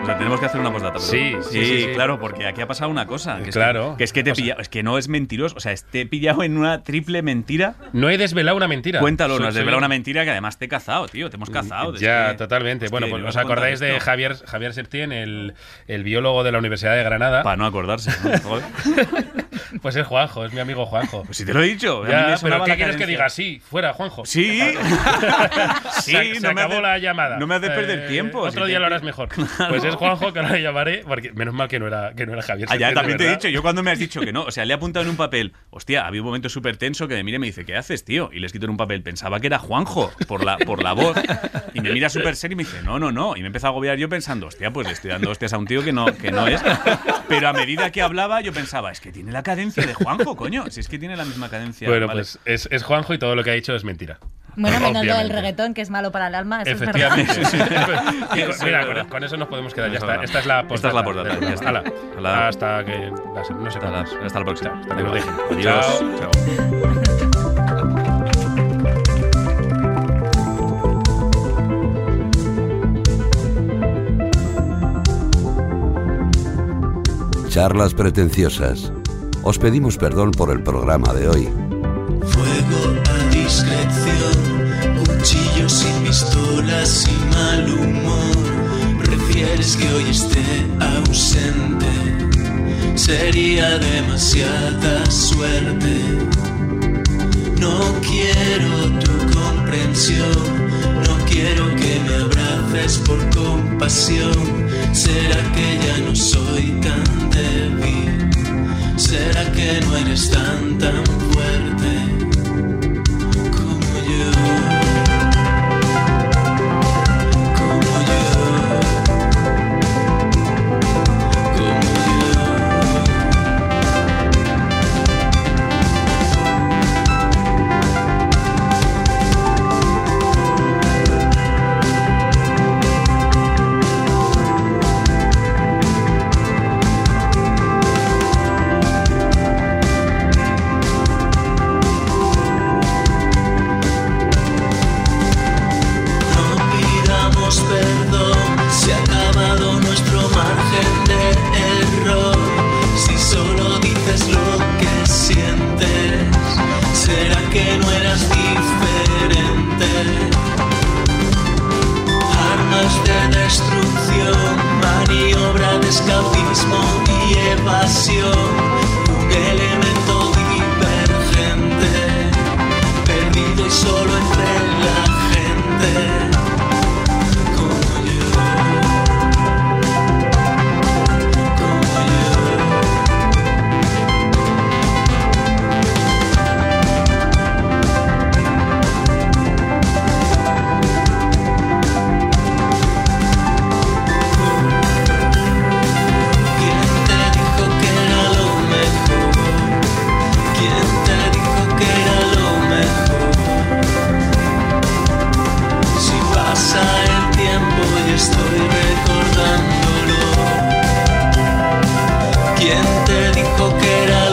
O sea, tenemos que hacer una postdata, ¿verdad? Sí, sí, sí, sí. claro, porque aquí ha pasado una cosa. Que Es Claro. que, que es que te he pillado- es que no es mentiroso. O sea, es- te he pillado en una triple mentira. No he desvelado una mentira. Cuéntalo, Soy- no has soy- desvelado una mentira que además te he cazado, tío. Te hemos cazado. Es Ya, que- totalmente. es bueno, que pues no os has contado acordáis de esto. Javier, Javier Septién, el, el biólogo de la Universidad de Granada. Para no acordarse. ¿no? Joder. Pues es Juanjo, es mi amigo Juanjo. Pues si te lo he dicho. a mí Ya, me pero sonaba ¿qué la quieres que cadencia. diga? Sí, fuera, Juanjo. Sí. sí, Sí, se, se no me acabó hace- la llamada. no me haces perder Eh, tiempo, si Otro te- día lo harás mejor. Pues es Juanjo que ahora llamaré, porque menos mal que no era, que no era Javier. Ah, ya, Septién, de también te he verdad. dicho, yo cuando me has dicho que no, o sea, le he apuntado en un papel, hostia, había un momento súper tenso que me mira y me dice, ¿qué haces, tío? Y le he escrito en un papel, pensaba que era Juanjo, por la, por la voz, y me mira súper serio y me dice, no, no, no, y me empezó a agobiar yo pensando, hostia, pues le estoy dando hostias a un tío que no, que no es, pero a medida que hablaba yo pensaba, es que tiene la cadencia de Juanjo, coño, si es que tiene la misma cadencia. Bueno, vale. pues es, es Juanjo y todo lo que ha dicho es mentira. Bueno, menos lo del Obviamente. reggaetón, que es malo para el Ah, alma. Eso es verdad. Efectivamente. Sí, sí. Y con- Sí, Mira, es con, verdad. con eso nos podemos quedar. Con Ya eso está. nada. Esta es la Esta es la postdata, ya está. Hala. Hala. Hasta que. la se- No sé Hasta la- cuándo. hasta la próxima. Hasta que nos dejen. Adiós. Chao. Chao. Charlas pretenciosas. Os pedimos perdón por el programa de hoy. Fuego a discreción, cuchillos sin pistolas y mal humor. Prefieres que hoy esté ausente, sería demasiada suerte. No quiero tu comprensión, no quiero que me abraces por compasión. ¿Será que ya no soy tan débil? ¿Será que no eres tan tan fuerte? Egoísmo y evasión, un elemento divergente, perdido y solo entre la gente. ¿Quién te dijo que era lo mejor? ¿Quién te dijo que era lo mejor? Si pasa el tiempo y estoy recordándolo. ¿Quién te dijo que era